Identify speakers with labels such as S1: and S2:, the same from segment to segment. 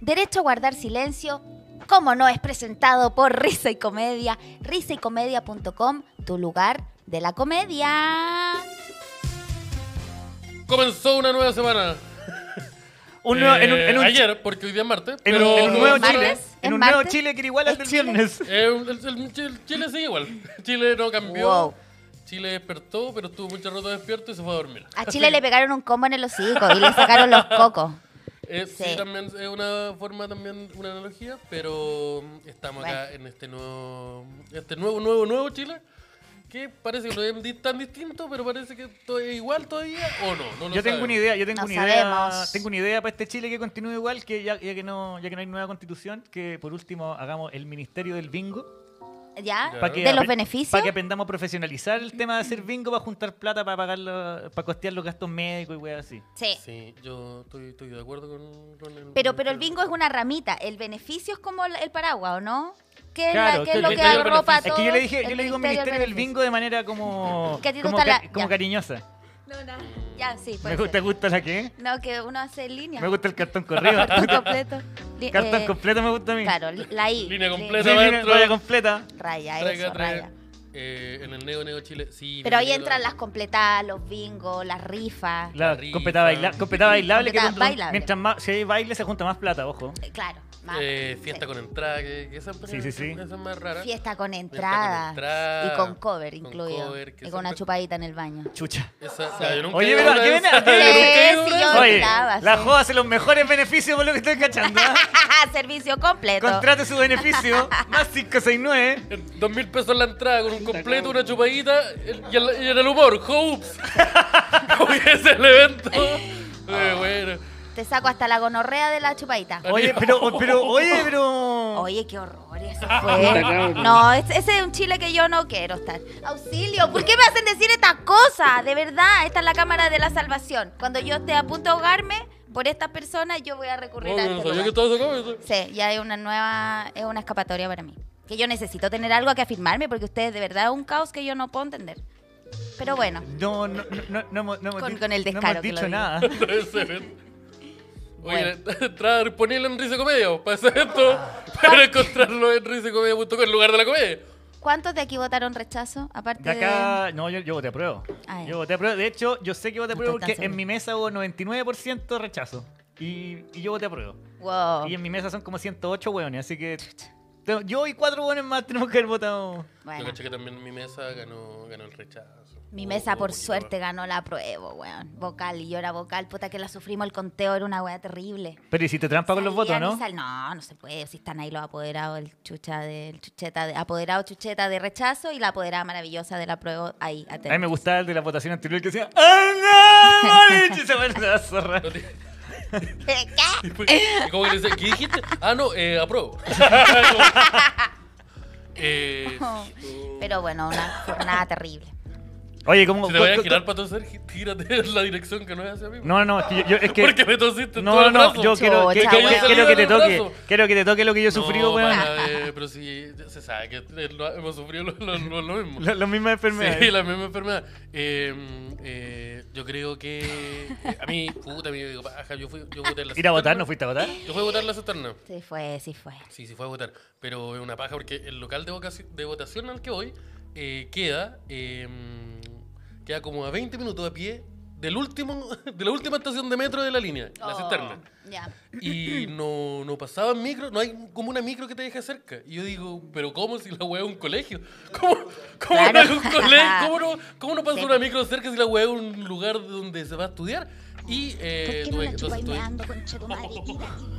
S1: Derecho a guardar silencio, como no, es presentado por Risa y Comedia, risaycomedia.com, tu lugar de la comedia.
S2: Comenzó una nueva semana.
S3: Un nuevo- en un,
S2: Eh,
S3: en un-
S2: ayer, porque hoy día es martes.
S3: en un-
S2: pero
S3: en un nuevo
S1: ¿Martes?
S3: Chile.
S1: ¿Es
S3: En un
S1: martes?
S3: nuevo Chile que era igual al
S1: ¿Es
S3: del
S1: Chile?
S3: viernes.
S2: Eh, el- el- el- Chile, Chile sigue igual. Chile no cambió.
S1: Wow.
S2: Chile despertó, pero estuvo mucho rato despierto y se fue a dormir.
S1: A Chile le pegaron un combo en el hocico y le sacaron los cocos.
S2: Eh, sí.
S1: Sí.
S2: también es una forma, también una analogía, pero mm, estamos acá en este nuevo, este nuevo, nuevo, nuevo Chile, que parece que no es di- tan distinto, pero parece que todo es igual todavía, o no, no lo
S3: Yo tengo
S2: sabemos.
S3: una idea, yo tengo
S1: No
S3: una idea,
S1: sabemos.
S3: tengo una idea para este Chile que continúe igual, que ya, ya que no, ya que no hay nueva constitución, que por último hagamos el ministerio del bingo.
S1: ¿Ya?
S2: Ya.
S3: pa' que
S1: ¿De los
S3: apre-
S1: beneficios?
S3: Para que aprendamos a profesionalizar el tema de hacer bingo, para juntar plata, para pagar los- para costear los gastos médicos y weas así.
S1: Sí.
S2: Sí, yo estoy, estoy de acuerdo con, con el...
S1: Pero, pero el bingo es una ramita. El beneficio es como el, el paraguas, ¿o no? ¿Qué
S3: Claro,
S1: es, la- qué es lo
S2: el
S1: que
S2: Ministerio del
S1: arropa
S2: Beneficio.
S3: Es
S1: todo?
S3: que yo le dije, yo le digo ministerio del
S1: Beneficio.
S3: bingo de manera como
S1: Que a ti te
S3: como,
S1: gusta la-
S3: cari- como
S1: ya.
S3: cariñosa.
S1: No, no. Ya, sí,
S3: Me
S1: puede
S3: gusta,
S1: ser.
S3: ¿te gusta la qué?
S1: No, que uno hace línea.
S3: Me gusta el cartón corrido.
S1: Cartón completo. Li-
S3: cartón
S1: eh,
S3: completo me gusta a mí.
S1: Claro, li- la I.
S2: Línea
S1: li-
S3: Sí,
S2: completa.
S3: línea-
S2: maestro.
S3: raya completa.
S1: Raya,
S2: Traiga,
S1: eso,
S2: traiga.
S1: raya.
S2: Eh, en el Neo Neo Chile, sí.
S1: Pero ahí
S2: bienvenido.
S1: entran las completadas, los bingos, las rifas.
S3: La
S2: rifa.
S3: completa, baila, completa bailable, que
S1: Completa
S3: cuando-
S1: bailable.
S3: mientras más si hay baile se junta más plata, ojo.
S1: Eh, Claro. más-
S2: Eh,
S1: sí.
S2: fiesta con entrada, que, que esa,
S3: Sí, sí, sí.
S2: esa es más rara.
S1: Fiesta con entrada.
S2: entrada.
S1: Y con cover
S2: Con
S1: incluido.
S2: cover, que
S1: y con una
S2: siempre-
S1: chupadita en el baño.
S3: Chucha.
S2: Esa, ya, yo nunca
S3: Oye,
S2: he ido
S3: pero
S2: a una
S3: ¿qué
S2: de
S3: viene?
S2: esas.
S3: ¿Qué viene?
S2: Yo nunca he
S1: Sí,
S2: ido a una
S1: yo-
S2: de esas.
S3: Oye,
S1: bailaba,
S3: la
S1: sí.
S3: joda hace los mejores beneficios por lo que estoy cachando. ¿ah?
S1: Servicio completo.
S3: Contrate su beneficio, más 569.
S2: En Dos mil pesos la entrada con un completo, una chupadita el- y, el, y en el humor. Hopes. Como que es el evento. Eh, bueno.
S1: Te saco hasta la gonorrea de la chupadita.
S3: Oye, pero, pero, oye, pero.
S1: Oye, qué horror, eso fue. No, es- ese es un chile que yo no quiero estar. Auxilio, ¿por qué me hacen decir estas cosas? De verdad, esta es la cámara de la salvación. Cuando yo esté a punto de ahogarme por estas personas, yo voy a recurrir
S2: Oh, No,
S1: a este
S2: yo no sabía
S1: lugar.
S2: que todo eso come, eso.
S1: Sí, ya es una nueva, es una escapatoria para mí. Que yo necesito tener algo a que afirmarme porque ustedes de verdad es un caos que yo no puedo entender. Pero bueno,
S3: No, no, no, no, hemos- no hemos
S1: Con-
S3: di-
S1: con el
S3: no hemos
S1: descaro que lo
S3: dicho
S1: digo.
S3: nada.
S2: Todo ese evento. Oye,
S1: Bueno.
S2: la entrada disponible en Risa Comedia. pues, Para ese evento, para encontrarlo en risecomedia.com, el lugar de la comedia.
S1: ¿cuántos de aquí votaron rechazo? Aparte
S3: De acá, no, yo, yo voté a prueba.
S1: Ah, ya.
S3: Yo voté a prueba. De hecho, yo sé que voté a
S1: No
S3: prueba
S1: estoy tan
S3: porque en
S1: segura.
S3: mi mesa hubo 99% rechazo. Y, y yo voté a prueba.
S1: Wow.
S3: Y en mi mesa son como 108 hueones, así que. tengo- Yo y cuatro hueones más tenemos que haber votado.
S2: Yo
S1: Bueno,
S2: caché que también mi mesa ganó, ganó el rechazo.
S1: mi
S2: Hubo-
S1: mesa
S2: hubo
S1: por
S2: poquito
S1: suerte ganó la prueba, weón. Vocal y yo era vocal, puta que la sufrimos el conteo, era una weá terrible.
S3: Pero hiciste trampa con los votos,
S1: Salían y
S3: ¿no?
S1: sal- No, no se puede. Si están ahí los apoderados, el chucha del chucheta, de, apoderado chucheta de rechazo y la apoderada maravillosa de la prueba ahí.
S3: A mí me
S1: atentos.
S3: gustaba el de la votación anterior que decía ¡Ah, no! Marichi! Se me la zorra.
S2: más. No te-
S1: ¿Qué?
S2: Y fue- y como que le dice, ¿qué dijiste? Ah, no, eh, apruebo.
S1: Oh.
S2: eh,
S1: Pero bueno, una jornada terrible.
S3: Oye, ¿cómo.?
S2: si te vayas a
S3: cómo-
S2: girar para toser, tírate en la dirección que no es hacia mí.
S3: No, no, es que yo, yo- es que.
S2: Porque me tosiste todo
S3: No,
S2: el
S3: no,
S2: brazo.
S3: no, yo quiero que,
S1: Chucha,
S3: quiero-
S1: weón.
S3: quiero que te toque.
S2: Brazo.
S3: Quiero que te toque lo que yo he
S2: No,
S3: sufrido, weón.
S2: para, eh, pero sí, ya se sabe que eh, lo- hemos sufrido lo, lo- lo- lo mismo.
S3: Lo- Las mismas enfermedades.
S2: Sí, la misma enfermedad. Eh, eh, yo creo que. eh, a mí, puta, me digo, paja, yo fui yo voté en la
S3: ¿Ir a votar?
S2: cisterna.
S3: ¿No fuiste a votar?
S2: Yo fui a votar en la cisterna.
S1: Sí fue, sí fue.
S2: Sí, sí fue a votar. Pero es una paja porque el local de, vocaci- de votación al que voy eh, queda, eh, queda como a 20 minutos a pie del último, de la última estación de metro de la línea, la
S1: Oh,
S2: cisterna.
S1: Ya.
S2: Y no, no pasaban micro, no hay como una micro que te deje cerca. Y yo digo, pero ¿cómo si la weá es un colegio? ¿Cómo, cómo
S1: Claro.
S2: no es un colegio? ¿Cómo no, cómo no pasa
S1: Sí.
S2: una micro cerca si la weá es un lugar donde se va a estudiar? Y
S1: ¿Por qué
S2: eh,
S1: no
S2: tuve-
S1: la chupa
S2: entonces
S1: y
S2: tuve-
S1: me ando, concha tu madre? Mira.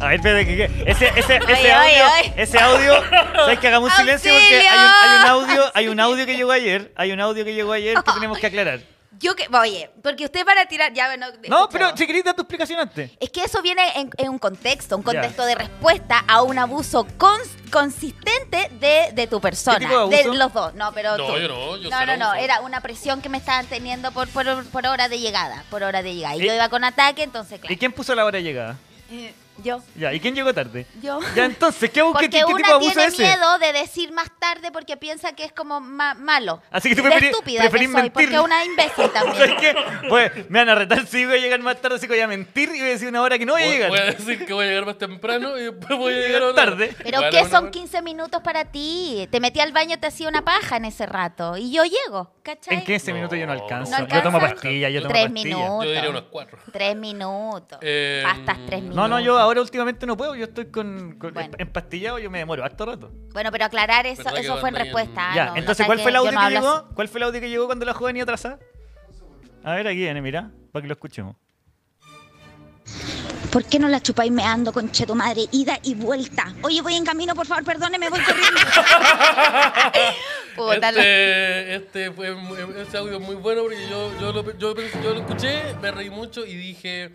S3: A ver, espérate, que, que- ese, ese, ese
S1: Oye,
S3: audio,
S1: oye, oye.
S3: ese audio, ¿sabes que hagamos un silencio? Porque hay un, hay un
S1: ¡Auxilio!
S3: audio, hay un audio que llegó ayer, hay un audio que llegó ayer que tenemos que aclarar.
S1: Yo que, oye, porque ustedes van a tirar, ya, bueno.
S3: No,
S1: escucha
S3: pero
S1: vos.
S3: si querés dar tu explicación antes.
S1: Es que eso viene en, en un contexto, un
S3: Ya.
S1: contexto de respuesta a un abuso cons- consistente de, de tu persona.
S3: ¿Qué tipo de abuso?
S1: los dos, no, pero
S2: No,
S1: tú.
S2: yo no, yo
S1: No,
S2: cero
S1: no, no,
S2: abuso.
S1: era una presión que me estaban teniendo por, por, por hora de llegada, por hora de llegada. Y
S3: ¿Y-
S1: yo iba con ataque, entonces, claro.
S3: ¿Y quién puso la hora de llegada?
S1: Eh, Yo.
S3: Ya, ¿y quién llegó tarde?
S1: Yo.
S3: Ya, entonces, Oh, ¿qué, qué,
S1: Porque
S3: qué tipo de
S1: una
S3: abuso
S1: tiene
S3: es ese?
S1: miedo de decir más tarde porque piensa que es como ma- malo.
S3: Así que tú
S1: De
S3: preferís-
S1: estúpida
S3: preferís
S1: que soy, porque
S3: mentir.
S1: una imbécil
S3: ¿Sabes
S1: también.
S3: qué? Pues me van a retar si voy a llegar más tarde, así que voy a mentir y voy a decir una hora que no voy a
S2: Voy,
S3: llegar.
S2: voy a decir que voy a llegar más temprano y después voy a llegar a
S3: Tarde.
S1: Pero
S2: Vale,
S1: ¿qué
S2: bueno,
S1: son
S2: bueno.
S1: 15 minutos para ti? Te metí al baño, te hacía una paja en ese rato. Y yo llego, ¿cachai?
S3: En 15 minutos yo no
S2: No,
S3: alcanzo.
S1: no
S3: yo tomo
S1: alcanzan.
S3: pastillas, yo tomo
S1: Tres
S3: pastillas.
S1: minutos.
S2: Yo diría unos cuatro.
S1: Tres minutos.
S2: Eh,
S1: Pastas tres minutos.
S3: No, no, yo ahora últimamente no puedo, yo estoy con, con
S1: Bueno.
S3: empastillado, yo me demoro harto rato.
S1: Bueno, pero aclarar eso,
S2: Verdad que
S1: eso fue en
S2: cuando hay un-
S1: respuesta. ah,
S3: ya,
S1: no,
S3: entonces,
S1: no
S3: ¿cuál fue el
S1: saqué-
S3: audio
S1: yo no
S3: que
S1: hablo
S3: llegó?
S1: así.
S3: ¿Cuál fue el audio que llegó cuando la joven iba atrasada? A ver, aquí viene, mira, para que lo escuchemos.
S4: ¿Por qué no la chupáis meando, conche tu madre? Ida y vuelta. Oye, voy en camino, por favor, perdóneme, voy corriendo.
S1: Puta, la-
S2: Este, este fue mu- ese audio es muy bueno porque yo, yo, lo, yo, pensé- yo lo escuché, me reí mucho y dije,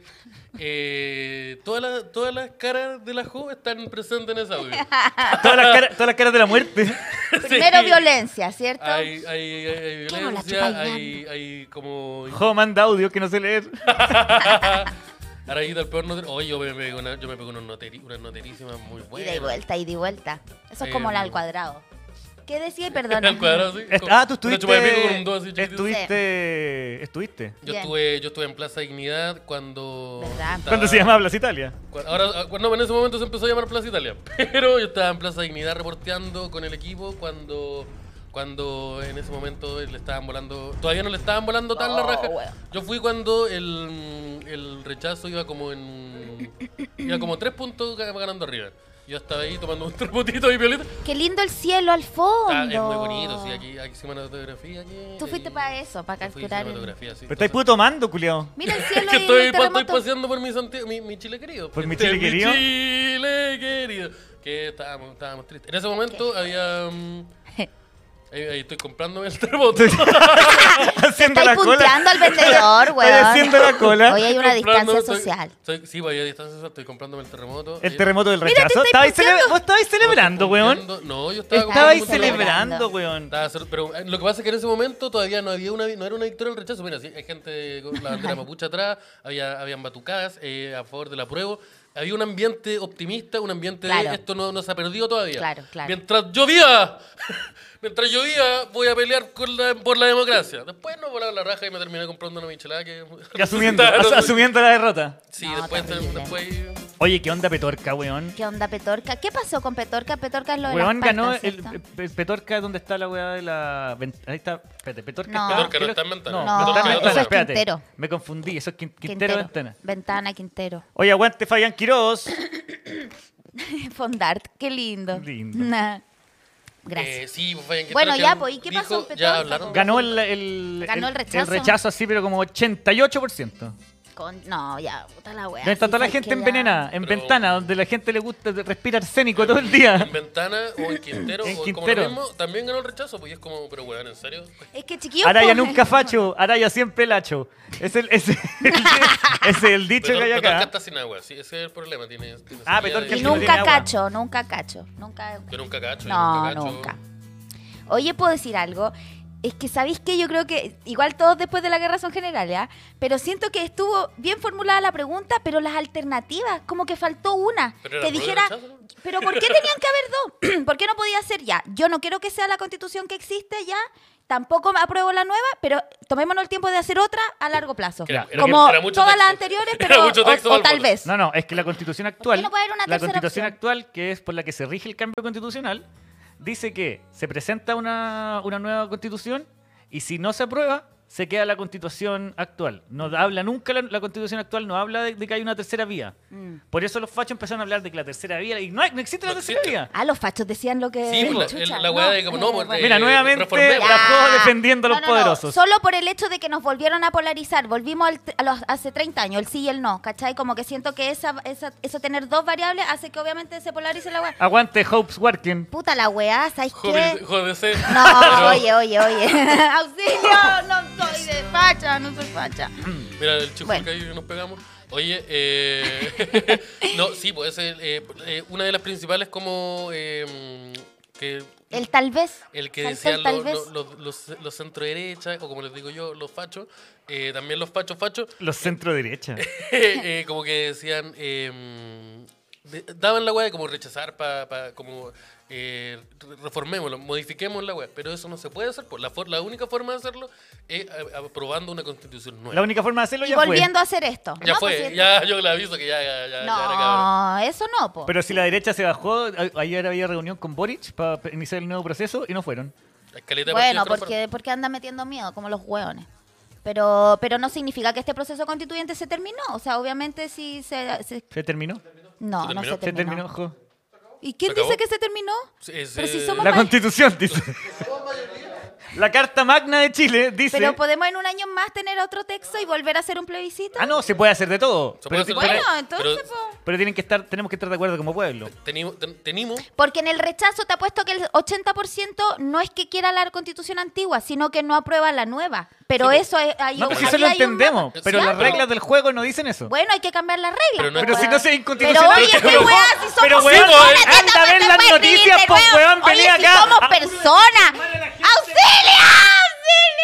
S2: eh, todas, las, todas las caras de la Jo están presentes en ese audio.
S3: Todas las caras, todas las caras de la muerte.
S1: Primero
S2: Sí.
S1: violencia, ¿cierto?
S2: Hay, hay, hay, hay
S4: ¿Qué no la
S2: violencia,
S4: chupáis
S2: hay, hay como...
S3: Jo, manda audio que no sé leer.
S2: Araída, el peor notero. Oye, yo me pego una, yo me pego unos noteri- unas noterísimas muy buenas.
S1: Ida y vuelta, ida y vuelta. Eso es como
S2: Eh,
S1: la al cuadrado. ¿Qué decía? Y
S2: Era el
S1: perdona.
S2: cuadrado así,
S3: Est-
S2: con-
S3: ah, tú
S2: una chupa de pico con
S3: estuviste.
S2: un dos así chiquitito.
S3: Estuviste. Estuviste.
S2: Yo
S1: Bien.
S2: estuve, yo estuve en Plaza Dignidad cuando.
S1: ¿Verdad?
S2: estaba-
S3: ¿Cuándo se llamaba Plaza Italia?
S2: Cu- Ahora, ah, cu- no, en ese momento se empezó a llamar Plaza Italia. Pero yo estaba en Plaza Dignidad reporteando con el equipo cuando. Cuando en ese momento le estaban volando. Todavía no le estaban volando tan la
S1: Oh,
S2: raja.
S1: weón.
S2: Yo fui cuando el, el rechazo iba como en. Iba como tres puntos ga- ganando arriba. Yo estaba ahí tomando un trepotito y violeta.
S1: Qué lindo el cielo al fondo.
S2: Ah, es muy bonito, sí, aquí, aquí hicimos una fotografía. Aquí,
S1: Tú fuiste
S2: y-
S1: para eso, para
S2: yo fui a
S1: capturar
S2: hacer
S1: el-
S2: fotografía, sí,
S3: Pero
S2: entonces-
S3: estáis puro tomando, culiao.
S1: Mira el
S2: Es
S1: cielo
S2: que
S1: y
S2: estoy,
S1: el
S2: pa- estoy
S1: terremoto.
S2: paseando por mi, Santiago- mi, mi Chile querido.
S3: ¿Por mi
S2: Este,
S3: Chile querido?
S2: Mi Chile querido. Que estábamos, estábamos tristes. En ese momento había... mm, ahí, ahí estoy comprándome el terremoto.
S3: haciendo
S1: Estáis
S3: la cola.
S1: punteando al vendedor,
S3: Estoy haciendo
S1: weón.
S3: la cola.
S1: Hoy hay una
S2: Comprándome,
S1: distancia
S2: estoy-
S1: social.
S2: estoy- sí, voy a distancia social. Estoy comprándome el terremoto.
S3: El
S2: Ahí-
S3: terremoto del
S1: Mira, te
S3: rechazo.
S1: estáis
S3: ¿Estabais cele-
S1: paseando.
S3: ¿Vos estabais celebrando, weón?
S2: No, yo estaba... comprándome
S3: Estabais
S2: un terremoto.
S3: celebrando, weón.
S2: Estaba cer- pero eh, lo que pasa es que en ese momento todavía no había una, no era una victoria del rechazo. Mira, sí, hay gente con la bandera mapuche atrás, había, habían batucadas eh, a favor del apruebo. Había un ambiente optimista, un ambiente
S1: Claro.
S2: de esto no, no se ha perdido todavía.
S1: Claro, claro.
S2: Mientras yo viva, mientras yo viva, voy a pelear con la- por la democracia. Después no volaba la raja y me terminé comprando una michelada que...
S3: Y asumiendo, as- asumiendo la derrota.
S2: Sí,
S1: No,
S2: después...
S1: terrible.
S2: después eh,
S3: Oye, ¿qué onda Petorca, weón?
S1: ¿Qué onda, Petorca? ¿Qué pasó con Petorca? Petorca es lo de
S3: Weón
S1: las pastas,
S3: ganó el,
S1: ¿cierto?
S3: Pe- Petorca donde está la weá de la. ven- Ahí está. Espérate, Petorca
S1: No.
S3: está.
S2: Petorca no
S3: ¿qué lo-
S2: está en Ventana.
S3: No,
S1: No,
S3: no está en
S1: eso
S3: Ventana,
S1: es
S3: espérate.
S1: Quintero.
S3: Me confundí, eso es Quin- eh, Quintero, Ventana.
S1: Ventana Quintero.
S3: Oye, aguante Fabián Quiroz.
S1: Fondart, qué lindo.
S3: Lindo.
S1: Nah. Gracias.
S2: eh, sí, pues, vayan, que
S1: Bueno,
S2: creo que
S1: ya, pues, ¿y qué
S2: dijo-
S1: pasó en
S2: Ya
S1: Petorca?
S2: hablaron.
S3: Ganó el, el,
S1: Ganó el rechazo.
S3: así, pero como 88%.
S1: Con- No, ya, puta la wea.
S3: Donde está
S1: sí,
S3: toda la
S1: sabes
S3: gente
S1: que ya-
S3: envenenada, en
S2: Pero-
S3: ventana, donde la gente le gusta respirar arsénico todo el día.
S2: En Ventana o en Quintero,
S3: En
S2: o como
S3: Quintero.
S2: lo mismo, también ganó el rechazo, pues y es como, pero weón, ¿en serio?
S1: Es que chiquillos.
S3: Araya
S1: pues,
S3: nunca facho, Araya siempre lacho. Es el, es el, es el dicho que hay
S2: Petorca
S3: acá.
S2: está sin agua, sí, ese es el problema. Tiene, tiene
S3: Ah,
S2: semilla
S3: Petorca
S2: de-
S1: Y
S3: que no tiene
S1: nunca
S3: agua.
S1: cacho, nunca cacho. Nunca.
S2: Yo nunca cacho. yo
S1: No,
S2: cacho.
S1: nunca. Oye, ¿puedo decir algo? Es que, ¿sabéis que Yo creo que, igual todos después de la guerra son generales, ¿ah? Pero siento que estuvo bien formulada la pregunta, pero las alternativas, como que faltó una.
S2: Pero era
S1: que
S2: prueba de
S1: dijera,
S2: rechazo, ¿no?
S1: ¿pero por qué tenían que haber dos? ¿Por qué no podía ser ya? Yo no quiero que sea la constitución que existe ya, tampoco me apruebo la nueva, pero tomémonos el tiempo de hacer otra a largo plazo.
S2: Era- era-
S1: como
S2: era mucho
S1: todas
S2: texto.
S1: las anteriores,
S2: Era
S1: pero
S2: mucho
S1: o-
S2: texto
S1: o
S2: al
S1: tal
S2: voto.
S1: vez.
S3: No, no, es que la constitución actual,
S1: no puede haber una
S3: la
S1: tercera
S3: constitución
S1: opción?
S3: actual, que es por la que se rige el cambio constitucional, dice que se presenta una, una nueva constitución y si no se aprueba, se queda la constitución actual. No habla nunca, la, la constitución actual no habla de, de que hay una tercera vía.
S1: Mm.
S3: Por eso los fachos empezaron a hablar de que la tercera vía, y no, hay- no existe la
S2: No
S3: tercera
S2: existe.
S3: vía.
S1: Ah, los fachos decían lo que...
S2: Sí, pues, la-
S1: Chucha,
S2: el- la weá de como, no, pues,
S1: bueno.
S2: eh,
S3: Mira, nuevamente
S2: reformemos.
S3: la juego
S1: Ah,
S3: defendiendo a los poderosos.
S1: Solo por el hecho de que nos volvieron a polarizar, volvimos al t- a los, hace 30 años, el sí y el no, ¿cachai? Como que siento que esa, esa- eso tener dos variables hace que obviamente se polarice la weá.
S3: Aguante Hope's Working.
S1: Puta la weá, ¿sabes
S2: Jóvenes-
S1: qué?
S2: jóvenes, eh.
S1: No,
S2: Pero,
S1: oye, oye, oye. Auxilio, no soy de facha, no soy facha.
S2: Mira, el chico
S1: Bueno.
S2: que ahí nos pegamos. Oye, eh, no, sí, pues ese, eh, eh, una de las principales como eh, que
S1: El tal vez.
S2: El que
S1: Faltó
S2: decían
S1: el tal
S2: los,
S1: vez.
S2: los, los, los- los centro-derecha, o como les digo yo, los fachos, eh, también los fachos fachos,
S3: Los centro derecha.
S2: eh, como que decían, eh, de- daban la weá de como rechazar para como eh, re- reformémoslo, modifiquemos la weá. Pero eso no se puede hacer. Por la, for- la única forma de hacerlo es a- aprobando una constitución nueva.
S3: La única forma de hacerlo
S1: Y
S3: ya fue.
S1: volviendo a hacer esto.
S2: Ya
S1: No,
S2: fue,
S1: pues, sí.
S2: ya yo le aviso que ya, ya, ya, ya era cabrón.
S1: No, eso no, po.
S3: Pero si la derecha se bajó, a- ayer había reunión con Boric para iniciar el nuevo proceso y no fueron.
S2: La escaleta de
S1: Bueno,
S2: partidos que no
S1: porque, porque anda metiendo miedo, como los hueones. Pero, pero no significa que este proceso constituyente se terminó. O sea, obviamente sí se... se-
S3: ¿Se terminó?
S1: no,
S2: ¿Se
S1: no se
S2: terminó? Se
S3: Se
S1: terminó.
S3: terminó, jo.
S1: ¿Y quién
S2: ¿Se acabó?
S1: dice que se terminó?
S2: fueron. Es,
S1: Pero si
S2: eh,
S1: somos-
S3: La
S1: Mamá-
S3: constitución dice. La carta magna de Chile dice.
S1: Pero pues- podemos en un año más tener otro texto y volver a hacer un plebiscito.
S3: Ah, no, se puede hacer de todo.
S2: Se puede
S3: Pero,
S2: hacer
S3: ti-
S2: de
S1: Bueno,
S2: Pero-
S1: entonces,
S2: pero-
S1: po.
S3: pero tienen que estar, tenemos que estar de acuerdo como pueblo.
S2: tenimo- ten- tenimo-
S1: Porque en el rechazo te apuesto que el 80% no es que quiera la constitución antigua, sino que no aprueba la nueva. Pero
S2: Sí, po.
S1: eso es... hay
S3: No,
S1: un-
S3: pues
S2: ahí
S3: eso lo
S1: hay un
S3: entendemos.
S1: mapa.
S3: Pero
S1: Ya,
S3: las reglas del juego no dicen eso.
S1: Bueno, hay que cambiar las reglas.
S2: Pero no-
S1: po,
S3: Pero si
S1: weón.
S3: no sea inconstitucional.
S1: Pero oye, qué
S3: weón.
S1: weá, si somos
S3: Pero weón,
S1: personas, ¿qué
S3: anda a ver
S1: tanto
S3: las
S1: te puedes
S3: noticias,
S1: pedirte,
S3: pues
S1: weón?
S3: weón,
S1: Oye,
S3: vení acá.
S1: si somos
S3: Ah,
S1: personas.
S3: muere la gente.
S1: ¡Auxilio! ¡Auxilio!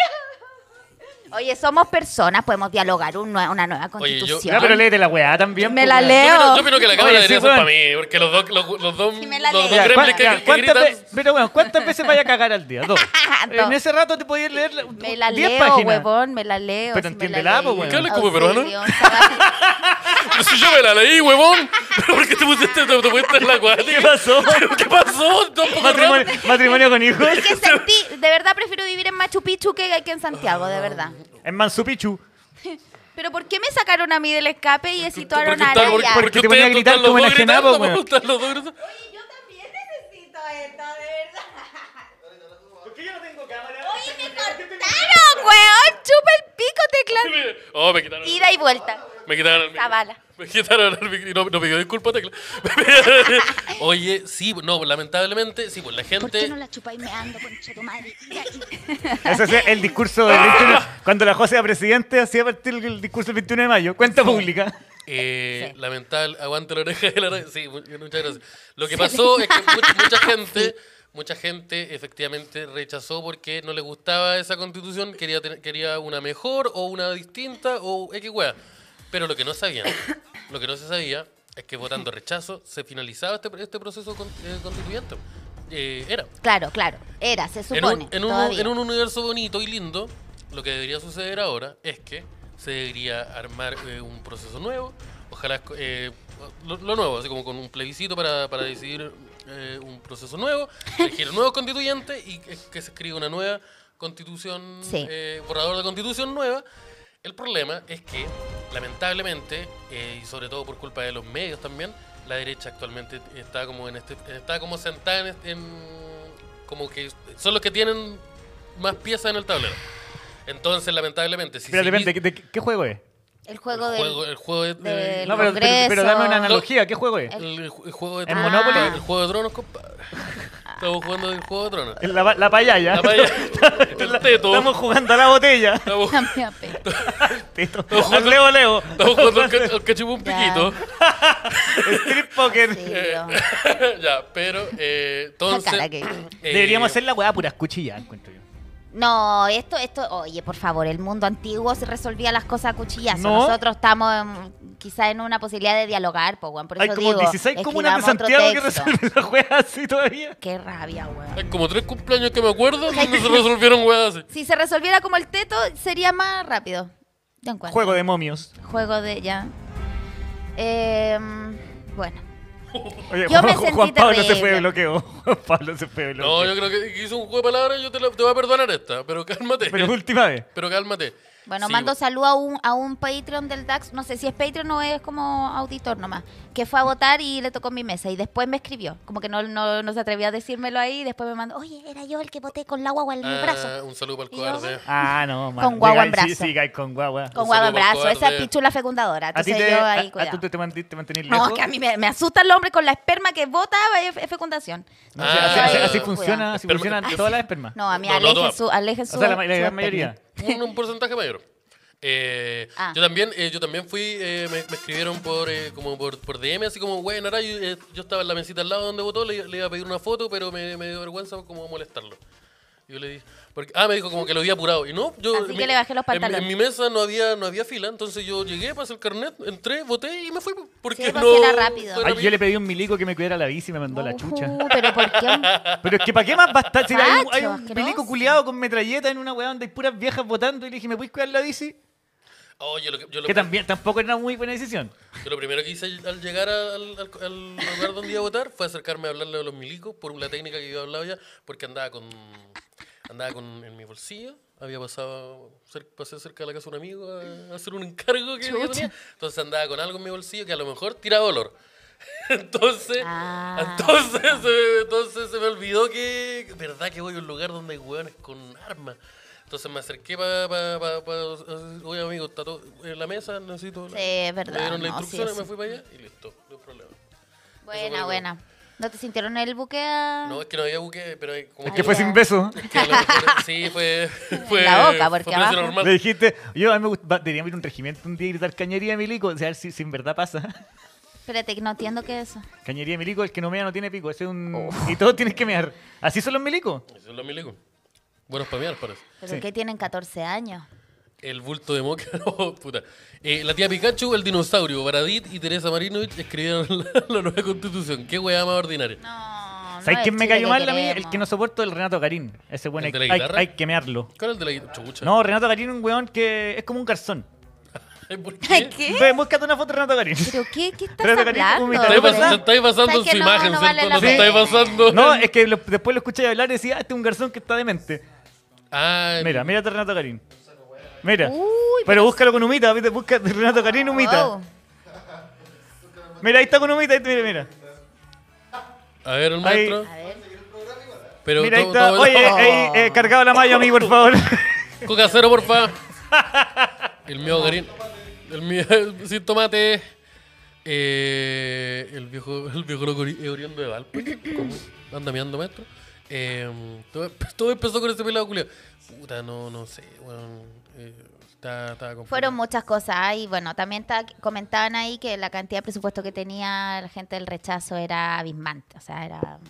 S1: Oye, somos personas, podemos dialogar un nue- una nueva
S2: Oye, yo-
S1: constitución.
S3: Ya, pero léete la weá también.
S1: Me
S3: po,
S1: la
S3: weón.
S1: leo.
S2: Yo opino- Yo opino que la
S3: Oye,
S2: cámara
S3: sí,
S2: debería ser
S3: weón.
S2: para mí, porque los dos, los, los dos,
S1: Sí, me la
S2: los dos
S1: leo.
S3: Ya,
S2: gremlins
S3: ¿cuán-
S2: que,
S3: ya,
S2: que
S3: ¿cuántas
S2: gritan-
S3: ve- pero bueno, ¿cuántas veces vaya a cagar al día? Dos.
S1: Ah, Dos.
S3: En ese rato te podías leer la-
S1: me la
S3: 10
S1: leo,
S3: páginas.
S1: huevón, me la leo.
S3: Pero
S1: sí me la
S3: entiéndela,
S1: leí.
S3: pues, po, weón.
S2: ¿Qué hablas como
S1: Auxilio,
S2: peruano?
S1: chaval.
S2: Pero si yo me la leí, huevón. ¿Pero por qué te pusiste, te, te pusiste en la
S3: ¿Qué
S2: cuática?
S3: pasó?
S2: ¿Pero qué pasó? Tampoco
S3: ¿Matrimonio,
S2: raro.
S3: matrimonio con hijos.
S1: Es que sentí, de verdad prefiero vivir en Machu Picchu que, que en Santiago, de verdad.
S2: Ah.
S3: En Mansu Picchu.
S1: Pero ¿por qué me sacaron a mí del escape y situaron
S2: Porque
S1: a
S2: está-
S1: Araya?
S2: porque- porque
S3: Porque te ponía a
S2: ustedes
S3: gritar
S2: están los
S3: como
S2: dos
S3: enajenado,
S2: gritando,
S3: weón.
S2: están los dos gritando.
S1: Oye, yo también necesito esto, de verdad. Oye, me cortaron, weón. Chupa el pico, teclado.
S2: Oh, me quitaron.
S1: Ida y vuelta.
S2: Me quitaron el
S1: Zavala.
S2: Me quitaron el micro y no, no pidió disculpas, Tecla. Oye, sí, no, lamentablemente, sí, pues la
S4: ¿Por qué
S2: gente.
S4: no la chupáis meando, conchetumadre? Ida y vuelta.
S3: Ese es el discurso del 21 Cuando la José era presidente, hacía partir el discurso del 21 de mayo. Cuenta pública.
S2: Eh,
S1: Sí.
S2: lamentable, aguante la oreja de la oreja. Sí, mu- muchas gracias. Lo que pasó es que mucha, mucha gente, mucha gente efectivamente rechazó porque no le gustaba esa constitución, quería, tener- quería una mejor o una distinta o X wea. Pero lo que no sabían, lo que no se sabía es que votando rechazo se finalizaba este, este proceso con- eh, constituyente. Eh, era.
S1: Claro, claro. Era, se
S2: En un-
S1: supone.
S2: En un,
S1: todavía.
S2: en un universo bonito y lindo, lo que debería suceder ahora es que se debería armar eh, un proceso nuevo, ojalá eh, lo, lo nuevo, así como con un plebiscito para, para decidir eh, un proceso nuevo, elegir un nuevo constituyente y que, que se escriba una nueva constitución,
S1: Sí.
S2: eh, borrador de constitución nueva. El problema es que, lamentablemente, eh, y sobre todo por culpa de los medios también, la derecha actualmente está como en este, está como sentada en, este- en- como que son los que tienen más piezas en el tablero. Entonces, lamentablemente, si
S3: Pero
S2: seguís-
S3: depende, ¿de qué, qué juego es?
S1: El
S2: el
S1: juego del.
S2: juego, el juego de,
S1: del-
S2: no,
S3: No, pero, pero- pero
S1: Congreso.
S3: dame una analogía. ¿Qué juego es?
S2: el, el ju- el juego de
S3: ¿En
S2: Ah.
S3: Monopoly?
S2: el juego de tronos, compadre. Estamos jugando el juego de tronos.
S3: La, la payaya.
S2: La paya- el teto.
S3: Estamos jugando a la botella.
S2: Estamos,
S1: Cambia, pe.
S3: Teto.
S2: jugando-
S3: Al leo, leo.
S2: estamos jugando al ca- al cachipún
S1: Ya.
S2: piquito.
S3: Strip poker.
S1: Sí, yo.
S2: ya, pero eh, entonces.
S1: cara que-
S2: eh,
S3: Deberíamos hacer la weá puras cuchillas, encuentro yo.
S1: No, esto, esto, oye, por favor, el mundo antiguo se resolvía las cosas a cuchillazo.
S3: No.
S1: Nosotros estamos quizás en una posibilidad de dialogar, po, weón. Por
S3: Hay
S1: eso
S3: como
S1: digo,
S3: 16 comunas
S1: escribamos
S3: de
S1: otro
S3: Santiago que
S1: texto.
S3: resuelven la weá así todavía.
S1: Qué rabia, weón.
S2: Hay como tres cumpleaños que me acuerdo donde se resolvieron weas así.
S1: Si se resolviera como el teto, sería más rápido. Yo encuentro.
S3: Juego de momios.
S1: Juego de ya. Em, bueno.
S3: Oye,
S1: Yo me
S3: Juan,
S1: sentí
S3: Juan Pablo se fue
S1: terrible.
S3: de bloqueo. Juan Pablo se fue de
S2: No,
S3: bloqueo.
S2: yo creo que hizo un juego de palabras, yo te, la- te voy a perdonar esta, pero cálmate.
S3: Pero última vez.
S2: Pero cálmate.
S1: Bueno,
S2: Sí,
S1: mando salud a un, a un Patreon del DAX, no sé si es Patreon o es como auditor nomás, que fue a votar y le tocó mi mesa y después me escribió, como que no, no, no se atrevía a decírmelo ahí y después me mandó, oye, era yo el que voté con la guagua en mi
S2: ah,
S1: brazo.
S2: Un saludo para el
S1: Y yo-
S2: cobarde.
S3: Ah, no, man.
S1: Con guagua en
S3: Llegáis-
S1: brazo.
S3: Sí, sí, llegáis con guagua.
S1: Con
S2: un
S1: guagua en
S2: saludo para el
S1: brazo, esa
S2: cobarde.
S1: pichula fecundadora.
S3: a ti
S1: Entonces
S3: te,
S1: yo
S3: a-
S1: ahí,
S3: a
S1: cuidado.
S3: tú te, mantí- te mantenís
S1: No,
S3: lejos.
S1: es que a mí me, me asusta el hombre con la esperma que vota, es, es fecundación.
S3: No, así- así,
S1: Ay,
S3: así
S1: cuidado.
S3: funciona, así
S2: Esperma-
S3: funcionan
S2: Ah,
S3: todas las espermas.
S1: No, a mí
S2: No, no,
S1: alejen
S2: todas.
S1: su, alejen su
S3: o sea, la, la
S1: su
S3: gran
S1: esperma.
S3: mayoría.
S2: Un, un porcentaje mayor. Eh,
S1: Ah.
S2: Yo también, eh, yo también fui, eh, me, me escribieron por eh, como por, por DM, así como, güey, Nara, yo, eh, yo estaba en la mesita al lado donde votó, le, le iba a pedir una foto, pero me, me dio vergüenza como molestarlo. Yo le dije, porque, ah, me dijo como que lo había apurado. Y no, yo.
S1: Así
S2: en
S1: que le bajé los
S2: en-
S1: pantalones.
S2: En, mi mesa no había, no había fila, entonces yo llegué, pasé el carnet, entré, voté y me fui. Porque
S1: Sí, pues,
S2: no.
S1: era rápido.
S2: fue
S3: Ay, yo le pedí a un milico que me cuidara la bici y me mandó a la chucha.
S1: Uh, pero ¿por qué? un-
S3: Pero es que ¿para qué más bastar? Si hay, un-
S1: Facho,
S3: hay un
S1: asqueroso.
S3: milico culiado con metralleta en una weá donde hay puras viejas votando y le dije, ¿me puedes cuidar la bici?
S2: Oh, yo, lo, que- yo lo-
S3: Que también tampoco era una muy buena decisión.
S2: yo lo primero que hice al, al llegar al, al- al lugar donde iba a votar fue acercarme a hablarle a los milicos por la técnica que yo hablaba ya, porque andaba con. Andaba con, en mi bolsillo. Había pasado, cer- pasé cerca de la casa de un amigo a, a hacer un encargo que yo tenía. Entonces andaba con algo en mi bolsillo que a lo mejor tiraba olor. Entonces,
S1: Ah.
S2: entonces, eh, entonces se me olvidó que, verdad que voy a un lugar donde hay hueones con armas. Entonces me acerqué para, pa, pa, pa- oye amigo, está todo en la mesa, necesito.
S1: Sí, es verdad,
S2: Me dieron las
S1: no, sí,
S2: instrucciones,
S1: sí.
S2: me fui para allá y listo, no hay problema. Eso fue
S1: Buena,
S2: lo-
S1: buena. ¿No te sintieron el buque a-
S2: No, es que no había buque, pero hay como
S3: Es
S1: Ay,
S3: que fue
S1: ya.
S3: sin beso.
S2: es que a lo mejor- sí, fue, fue.
S1: la boca, porque
S2: fue precio
S1: abajo-
S2: normal.
S3: Le dijiste, yo a mí me gusta, deberíamos ir a un regimiento un día y gritar cañería de milico, o sea, a ver si, si en verdad pasa.
S1: Espérate, que no entiendo qué es eso.
S3: Cañería de milico, el que no mea no tiene pico, ese es un...
S2: Oh.
S3: Y todos tienes que mear. Así son los milicos.
S2: Eso es lo milico. Buenos para mear, parece.
S1: ¿Pero
S3: Sí.
S1: qué tienen 14 años?
S2: El bulto de Moca, no, puta. Eh, la tía Pikachu, el dinosaurio, Baradit y Teresa Marinovich escribieron la, la nueva constitución. Qué weá más ordinaria.
S1: No, no.
S3: ¿Sabes
S1: es
S3: quién me
S1: Chile
S3: cayó
S1: que
S3: mal a mí? El
S1: queremos.
S3: que no soporto el Renato Garín. Ese buen
S2: ¿El
S3: hay,
S2: de la
S3: hay,
S2: guitarra?
S3: hay que mearlo.
S2: ¿Cuál es el de la guitarra? Chucha.
S3: No, Renato Garín es un weón que es como un garzón.
S2: Ay, ¿Por
S1: Ay,
S2: qué?
S1: ¿Qué?
S3: Ve, búscate una foto de Renato Garín.
S1: ¿Pero qué, qué estás
S3: Pero te quería
S1: hablando?
S3: vomitar.
S2: Te estáis
S3: ¿Qué pasa?
S2: basa- te estáis basando en
S1: ¿Sabes
S2: su
S1: que no-
S2: imagen,
S1: no vale
S2: ¿cierto?
S1: la
S2: No te
S1: pena?
S2: estáis basando.
S3: No, es que lo- después lo escuché hablar y decía, ah, este es un garzón que está demente.
S2: Ay,
S3: Mira, mira a Renato Garín. Mira.
S1: Uy,
S3: pero búscalo con humita, viste, busca Renato Garín humita.
S1: Wow.
S3: Mira, ahí está con humita, ahí está, mira, mira.
S2: A ver, el
S3: Ahí.
S2: maestro.
S1: A ver.
S2: Pero
S3: Mira, ahí
S2: to-
S3: está.
S2: to-
S3: Oye,
S2: Oh,
S3: ahí, eh, cargado la malla a mí, por favor.
S2: Coca cero, porfa. El mío, Garín. El mío, sin tomate. Eh, el viejo, el viejo loco ori- eh, oriundo de Valpo. ¿Cómo? Anda meando, maestro. Eh, todo, todo empezó con ese pelado culiao. Puta, no, no sé, bueno, eh, está, está complicado.
S1: Fueron muchas cosas. ah, Y bueno, también ta- comentaban ahí que la cantidad de presupuesto que tenía la gente del rechazo era abismante. O sea, era.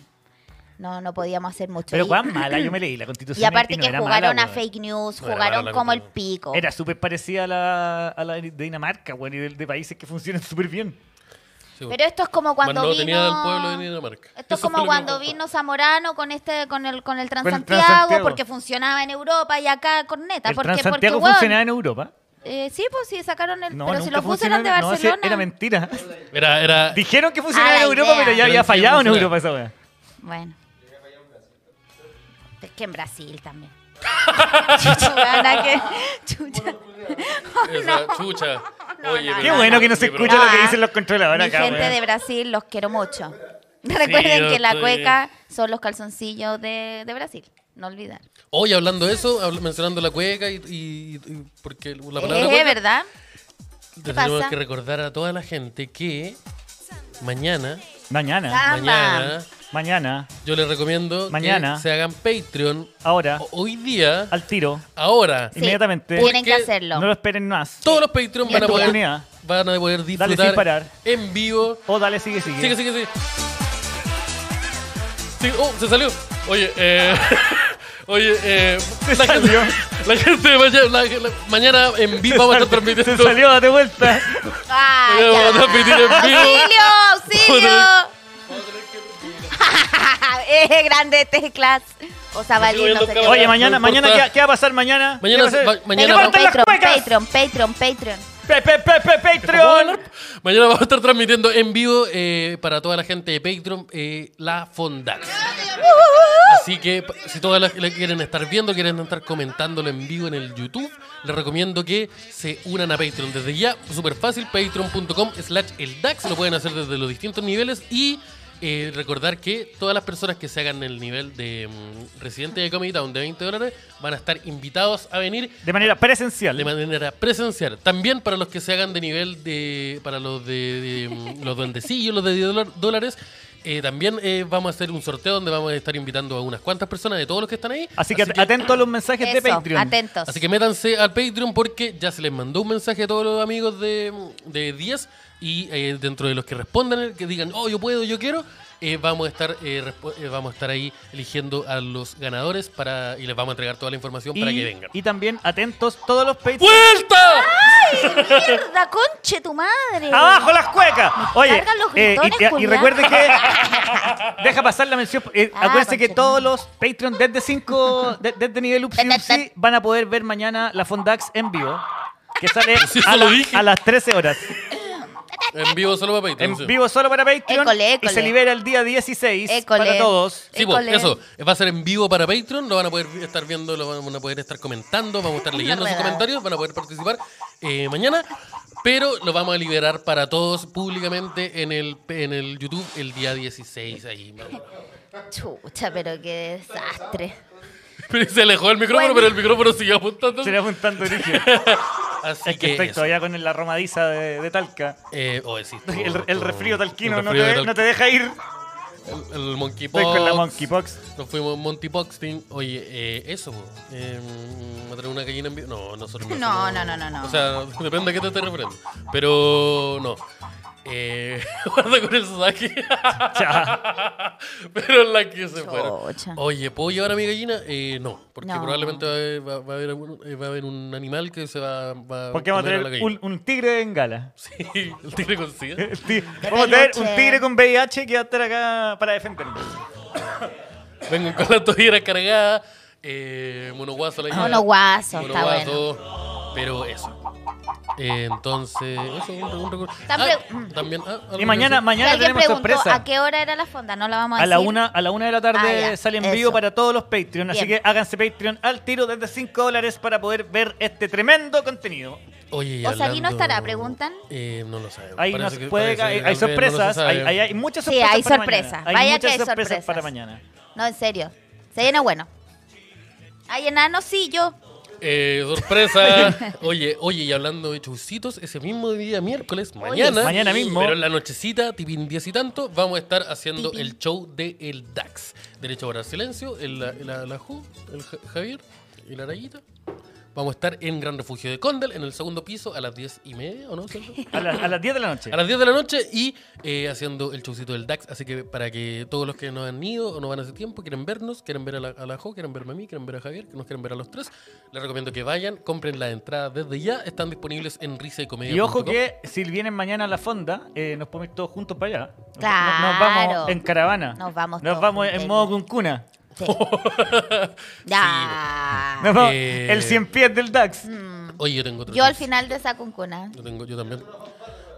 S1: No, no podíamos hacer mucho.
S3: Pero
S1: Y-
S3: cuán mala, yo me leí la constitución.
S1: Y aparte
S3: no
S1: que
S3: era
S1: jugaron
S3: mala,
S1: a
S3: weón.
S1: fake news,
S2: No era
S1: jugaron
S2: mala la
S1: como el
S2: constitución.
S1: pico.
S3: Era súper parecida a la, a la de Dinamarca, weón, y de, de países que funcionan súper bien.
S2: Sí, bueno.
S1: Pero esto es como cuando
S2: Más no
S1: vino.
S2: tenía del pueblo de Dinamarca.
S1: Esto
S2: Eso
S1: es
S2: fue
S1: como
S2: lo que me
S1: cuando
S2: gustó.
S1: vino Zamorano con este, con el, con el Transantiago,
S3: Transantiago.
S1: porque funcionaba en Europa y acá corneta.
S3: El
S1: porque,
S3: Transantiago
S1: porque, weón,
S3: funcionaba en Europa.
S1: eh, sí, pues sí, sacaron el.
S3: No,
S1: pero
S3: nunca
S1: si los buses
S3: funcionó
S1: eran
S3: en-
S1: de
S3: no, sí,
S1: Barcelona.
S3: era mentira.
S2: Era, era.
S3: Dijeron que funcionaba en
S1: Ah, la
S3: Europa,
S1: idea.
S3: pero ya
S2: Pero
S3: había
S2: sí
S3: fallado en
S2: funcionaba.
S3: Europa esa weá.
S1: Bueno. Es que en Brasil también. Weona, que- chucha.
S2: esa chucha. Oye,
S1: no,
S2: pero-
S3: Qué bueno que no se
S2: Oye, pero-
S3: escucha lo que
S1: Ah,
S3: dicen los controladores
S1: Mi
S3: acá,
S1: gente
S3: weón.
S1: de Brasil, los quiero mucho. Recuerden
S2: yo
S1: que la
S2: estoy-
S1: cueca son los calzoncillos de, de Brasil. No olvidar.
S2: Oye, hablando de eso, habl- mencionando la cueca y, y- y- porque la palabra
S1: Es
S2: cueca,
S1: verdad.
S2: tenemos
S1: pasa?
S2: que recordar a toda la gente que mañana,
S3: Mañana,
S1: Ah. Ama.
S2: mañana,
S3: mañana,
S2: yo les recomiendo
S3: Mañana. Ah.
S2: que se hagan Patreon
S3: ahora,
S2: o- hoy día,
S3: al tiro,
S2: ahora.
S1: Sí,
S3: inmediatamente.
S1: Tienen que
S2: Porque
S1: hacerlo.
S3: No lo esperen más.
S2: Todos los Patreon van a
S3: Esta
S2: poder,
S3: oportunidad.
S2: van a poder
S3: sin
S2: disfrutar
S3: parar.
S2: en vivo.
S3: O Oh, dale, sigue, sigue.
S2: Sigue, sigue, sigue. Sí, oh, se salió. Oye, eh. Oye, eh. La gente,
S3: salió.
S2: la gente mañana, la- la- mañana en vivo vamos a estar
S3: Se
S2: transmitiendo.
S3: salió, date vuelta.
S1: Ah,
S2: Oye,
S1: ya.
S2: vamos a pedir en vivo.
S1: ¡Auxilio! ¡Auxilio! eh, grande teclas. O Zabalín, no sé qué.
S3: Oye,
S2: no
S3: mañana, mañana,
S2: importa.
S3: ¿qué, qué va a pasar mañana?
S2: Mañana
S3: ¿Qué va a
S2: se-
S3: pasar?
S2: ma- mañana-
S3: ¡Que partan las
S1: Patreon,
S3: cuecas!
S1: Patreon, Patreon, Patreon.
S3: Pe- pe- pe- pe- Patreon.
S2: Mañana vamos a estar transmitiendo en vivo eh, para toda la gente de Patreon eh, la Fondax. Así que pa- si todas las la quieren estar viendo, quieren estar comentándolo en vivo en el YouTube, les recomiendo que se unan a Patreon. Desde ya, súper fácil, patreon.com slash el DAX. Lo pueden hacer desde los distintos niveles y eh, recordar que todas las personas que se hagan el nivel de mm, residente de Comedy Town de 20 dólares van a estar invitados a venir
S3: De manera presencial.
S2: de manera presencial. También para los que se hagan de nivel de. para los de. de, mm, los duendecillos, los de 10 dólar- dólares. Eh, también eh, vamos a hacer un sorteo donde vamos a estar invitando a unas cuantas personas de todos los que están ahí.
S3: Así que atentos a los mensajes de
S1: Eso,
S3: Patreon.
S1: atentos.
S2: Así que métanse al Patreon porque ya se les mandó un mensaje a todos los amigos de, de 10 y eh, dentro de los que respondan, que digan, oh, yo puedo, yo quiero, eh, vamos, a estar, eh, respo- eh, vamos a estar ahí eligiendo a los ganadores para y les vamos a entregar toda la información para que vengan.
S3: y también atentos todos los Patreons.
S2: ¡Vuelta!
S1: ¡Mierda, conche tu madre!
S3: ¡Abajo las cuecas! Oye,
S1: cargan los
S3: eh,
S1: gritones,
S3: y- y,
S1: culiao.
S3: recuerden que. deja pasar la mención. eh,
S1: Ah,
S3: acuérdense que
S1: conchetumare.
S3: todos los Patreon desde 5, desde nivel Upsi
S1: Tet,
S3: Upsi,
S1: tet.
S3: van a poder ver mañana la Fondax en vivo. Que sale
S2: sí,
S3: a,
S2: eso lo
S3: la-
S2: dije.
S3: a las 13 horas.
S2: En vivo solo para Patreon.
S3: En
S2: sí.
S3: vivo solo para Patreon.
S1: École, école.
S3: Y se libera el día 16 para
S1: École.
S3: todos.
S2: Sí, pues,
S1: École.
S2: eso, eh, va a ser en vivo para Patreon, lo van a poder estar viendo, lo van a poder estar comentando, vamos a estar leyendo sus
S1: redada.
S2: comentarios, van a poder participar eh, mañana, pero lo vamos a liberar para todos públicamente en el, en el YouTube el día 16 ahí. ¿no?
S1: Chucha, pero qué desastre.
S2: Pero se alejó el micrófono,
S1: Bueno.
S2: pero el micrófono sigue apuntando.
S3: Será un tanto dirigido.
S2: Así
S3: Es que estoy
S2: eso.
S3: todavía con la romadiza de, de Talca.
S2: Eh, oh, sí, estuvo-
S3: El, el
S2: estuvo-
S3: resfrío talquino
S2: el
S3: no,
S2: resfrío
S3: te,
S2: de tal-
S3: no te deja ir.
S2: El, el
S3: Estoy
S2: monkeypox.
S3: con la monkeypox.
S2: Nos fuimos Monty Boxing. Oye, eh, eso. po. Eh, ¿Matar una gallina en vivo? No, nosotros no.
S1: No,
S2: hacemos-
S1: no, no, no, no.
S2: O sea, depende a qué te estés refiriendo. Pero no. Eh, guarda con el saque. Pero en la que se fueron.
S1: Chocha.
S2: Oye, ¿puedo llevar a mi gallina? Eh, no, porque
S1: No.
S2: probablemente va a, haber, va, va a haber algún- eh, va a haber un animal que se va, va
S3: Porque
S2: comer la
S3: vamos a tener
S2: gallina.
S3: un, un tigre de bengala.
S2: Sí, el tigre con sida.
S3: El ti- Vamos a tener
S1: peluche.
S3: un tigre con VIH que va a estar acá para defendernos.
S2: Vengo con la toallera cargada. Eh, monoguaso la idea.
S1: Ah, Monoguaso, está
S2: Monoguaso, Pero eso. Eh, entonces, eso un, un recuerdo.
S1: Tan
S2: Ah,
S1: pre-
S2: también. ah, algo
S3: Y mañana,
S2: que decir.
S3: mañana
S1: Alguien
S3: tenemos
S1: preguntó
S3: sorpresa.
S1: a qué hora era la fonda, no la vamos a,
S3: A la,
S1: decir.
S3: una, a la una de la
S1: Ah,
S3: tarde
S1: ya,
S3: sale en vivo
S1: eso.
S3: para todos los Patreon. Así que
S1: Bien.
S3: háganse Patreon al tiro desde 5 dólares para poder ver este tremendo contenido.
S2: Oye, y
S1: O sea, ¿aquí no
S2: hablando-
S1: estará? ¿preguntan.
S2: Eh, no lo sabemos.
S3: Ahí
S2: Parece
S3: nos
S2: que-
S3: puede,
S2: parece
S3: hay,
S2: que
S3: hay
S2: también no lo
S3: sorpresas.
S2: sabe.
S3: hay, hay- hay muchas
S1: Sí,
S3: sorpresas.
S1: hay
S3: para
S1: sorpresas.
S3: mañana. Hay
S1: Vaya que
S3: muchas
S1: hay
S3: sorpresas,
S1: sorpresas.
S3: para mañana.
S1: No, en serio. Se viene bueno. Ay, enano, sí, yo.
S2: Eh, sorpresa. oye, oye, y hablando de chusitos, ese mismo día miércoles, mañana.
S3: mañana mismo.
S2: Pero en la nochecita, tipín diez y tanto, vamos a estar haciendo
S1: Tipín.
S2: el show de El DAX. Derecho para el silencio, el, la, la- la Ju, el Ja- Javier y la Arayita. Vamos a estar en Gran Refugio de Condel, en el segundo piso, a las diez y media, ¿o no? ¿Cierto?
S3: A, la- a las 10 de la noche.
S2: A las 10 de la noche y eh, haciendo el showcito del DAX. Así que para que todos los que no han ido o no van hace tiempo, quieren vernos, quieren ver a la, a la Jo, quieren verme a mí, quieren ver a Javier, que nos quieren ver a los tres, les recomiendo que vayan, compren la entrada desde ya. Están disponibles en risa y comedia.
S3: Y ojo que si vienen mañana a la fonda, eh, nos podemos ir todos juntos para allá. Nos-
S1: Claro.
S3: Nos, vamos en caravana.
S1: Nos vamos
S3: Nos
S1: todos
S3: vamos
S1: juntos.
S3: en modo cuncuna.
S1: Sí. ya.
S3: Nos vamos-
S2: Eh.
S3: El 100 pies del DAX.
S2: Oye, yo tengo otro
S1: Yo al
S2: showcito.
S1: final de esa cuncuna.
S2: Yo, tengo, yo también.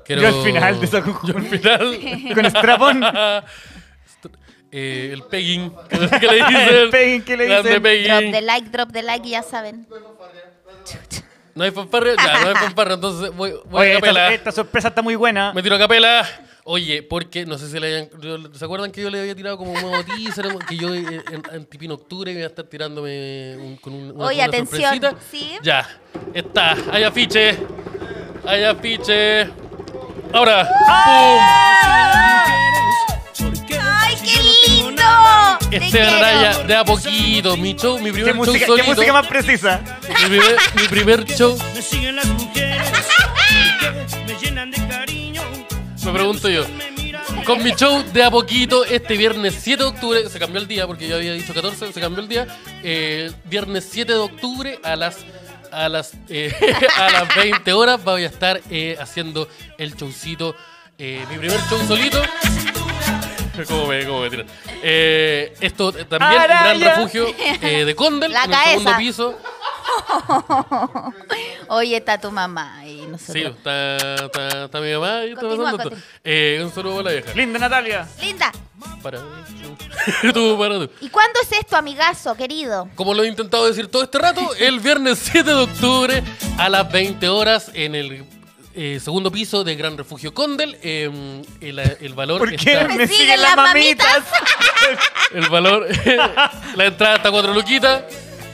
S3: Yo al final de esa cuncuna.
S2: Yo al final.
S1: Mm.
S3: Con strapón.
S2: Eh, el pegging. que le dicen.
S3: El pegging que le
S2: Grande
S3: dicen.
S1: Drop
S2: pegging.
S1: de like, drop de like, ya saben. Chucha.
S2: No hay fanfarria. Ya, no hay fanfarria. Entonces voy, voy
S3: Oye,
S2: a capela.
S3: esta, esta sorpresa está muy buena.
S2: Me tiro a capela. Oye, porque no sé si le hayan. yo- ¿Se acuerdan que yo le había tirado como un nuevo teaser? Que yo eh, en, en Tipín Octubre iba a estar tirándome un- con un, una,
S1: Oye,
S2: una
S1: atención,
S2: sorpresita.
S1: ¿sí?
S2: Ya, está. Hay afiche. Hay afiche. Ahora.
S1: ¡Ay, qué lindo!
S2: ¡Pum!
S1: Te
S2: Este
S1: quiero.
S2: raya de a poquito. Mi show, mi primer
S3: ¿Qué
S2: show
S3: música, qué
S2: solito.
S3: música más precisa?
S2: mi, primer, mi primer show.
S5: Me siguen las mujeres que me llenan de cariño.
S2: Me pregunto yo.
S5: Me miran
S2: Con mi show de a poquito, este viernes 7 de octubre, se cambió el día porque yo había dicho 14, se cambió el día. eh, viernes 7 de octubre a las a las eh, a las 20 horas voy a estar eh, haciendo el showcito, eh, mi primer show solito. ¿Cómo me, cómo me tiran? Eh, esto eh, también, un gran
S3: Araya.
S2: refugio eh, de Condel,
S1: La
S2: en el segundo
S1: cabeza.
S2: piso.
S1: Oye, está tu mamá y nosotros.
S2: Sí, está, está, está mi mamá y está
S1: Continúa,
S2: pasando esto.
S1: continúa.
S2: Eh, un saludo para la vieja.
S3: Linda Natalia.
S1: Linda,
S2: Para tú, para tú.
S1: ¿y cuándo es esto, amigazo, querido?
S2: Como lo he intentado decir todo este rato, el viernes 7 de octubre a las 20 horas en el eh, segundo piso de Gran Refugio Condel. eh, el, el valor
S3: ¿Por qué
S2: está-
S3: me siguen las mamitas?
S2: El valor. la entrada está cuatro luquitas.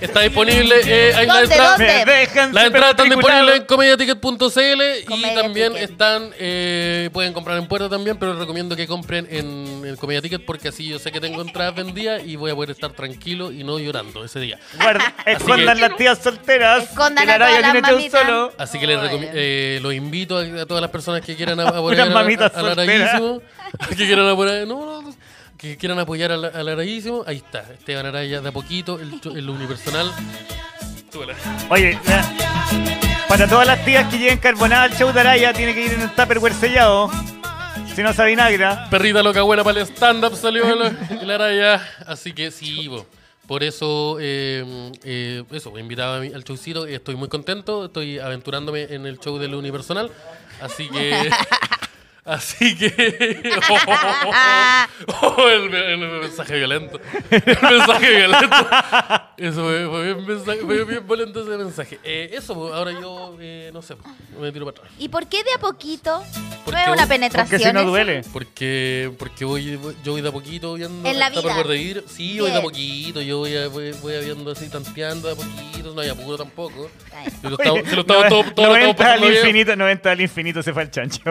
S2: Está disponible. eh, hay la
S1: ¿Dónde,
S2: entrada.
S1: dónde?
S3: Me dejan
S2: Las entradas están
S3: matriculado.
S2: disponibles en comediaticket.cl y
S1: Comedia
S2: también
S1: Ticket.
S2: están, eh, pueden comprar en puerta también, pero les recomiendo que compren en, en Comedia Ticket porque así yo sé que tengo entradas vendidas y voy a poder estar tranquilo y no llorando ese día.
S3: Guarda, escondan las tías solteras.
S1: Escondan
S3: que
S1: a
S3: la
S1: todas las
S3: Araya tiene que un
S1: mamitas.
S3: solo.
S2: Así que les recomi- eh, los invito a, a todas las personas que quieran a- apoyar
S3: Unas
S2: al-
S3: mamitas
S2: al
S3: solteras.
S2: Arayísimo, que quieran apoyar, no, no, que quieran apoyar al, al Arayísimo, ahí está, Esteban Araya de a poquito, el, cho- el unipersonal. Súbela.
S3: Oye, la- para todas las tías que lleguen carbonada al show de Araya, tiene que ir en un tupperware sellado. Si no, se vinagra.
S2: Perrita loca buena para el stand-up salió el, el Araya. Así que sí, po. por eso, eh, eh, eso, invitado a mí al showcito. Estoy muy contento, estoy aventurándome en el show del unipersonal. Así que. Así que. Oh, oh, oh, el, el mensaje violento. El mensaje violento. Eso fue, fue bien, mensaje- fue bien violento ese mensaje. Eh, eso, po, ahora yo, eh, no sé, po, me tiro para atrás.
S1: ¿Y por qué de a poquito? No
S2: Porque
S1: es
S2: un-
S1: una
S3: Porque
S1: penetración.
S3: si no
S1: eso?
S3: duele.
S2: Porque, porque voy, voy- yo voy de a poquito viendo.
S1: En la
S2: hasta
S1: vida.
S2: por poder ir. Sí, voy de a
S1: Bien.
S2: poquito. Yo voy, a- voy, voy a viendo así, tanteando de a poquito. No hay apuro tampoco.
S1: Ay.
S2: Se lo estamos, se lo estamos todo, todo, todo
S3: 90 al
S2: pasando bien.
S3: infinito, 90 al infinito se fue al chancho.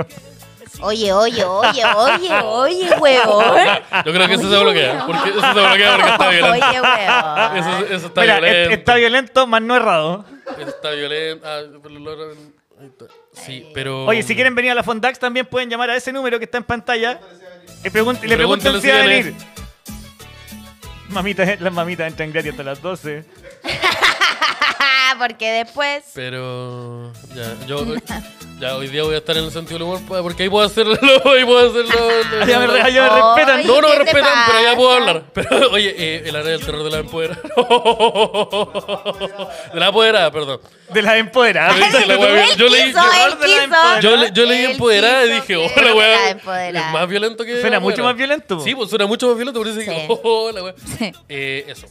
S1: Oye, oye, oye, oye, oye, huevón.
S2: Yo creo que eso se bloquea. Porque eso se bloquea porque está violento.
S1: Oye, huevón.
S2: Eso, eso está
S3: Mira,
S2: violento.
S3: es- está violento, más no errado.
S2: Eso está violento. Ah, pero lo- ahí está.
S1: Eh.
S2: Sí, pero.
S3: Oye, si quieren venir a la Fondax, también pueden llamar a ese número que está en pantalla. Y pregun- y
S2: Pregúntenle
S3: le preguntan si
S2: si
S3: va a
S2: viene.
S3: venir. Mamitas, las mamitas entran gratis hasta las 12.
S1: Ah, Porque después.
S2: Pero ya, yo ya hoy día voy a estar en el sentido del humor pa- porque ahí puedo hacerlo, ahí puedo hacerlo.
S3: Allá me, re- allá me
S1: Oye.
S3: respetan.
S2: No, no me
S1: ¿Qué te
S2: respetan,
S1: pasa?
S2: pero ya puedo hablar. Pero, oye, eh, el área del terror de la empoderada. de la empoderada, perdón.
S3: De las empoderadas.
S2: Ay, sí, la wea-
S1: Él
S2: yo leí-
S1: quiso,
S3: yo-
S1: él
S3: de la
S1: quiso.
S3: empoderada.
S2: Yo, le- yo leí
S1: Él
S2: empoderada y
S1: quiso
S2: dije,
S1: que
S2: oh, la
S1: la
S2: weá.
S1: empoderada.
S2: Es más violento que.
S3: Suena
S2: la
S3: mucho
S2: weá.
S3: más violento.
S2: Sí, pues suena mucho más violento, por eso
S1: Sí.
S2: dije, oh, la weá.
S1: Sí.
S2: Eh, eso.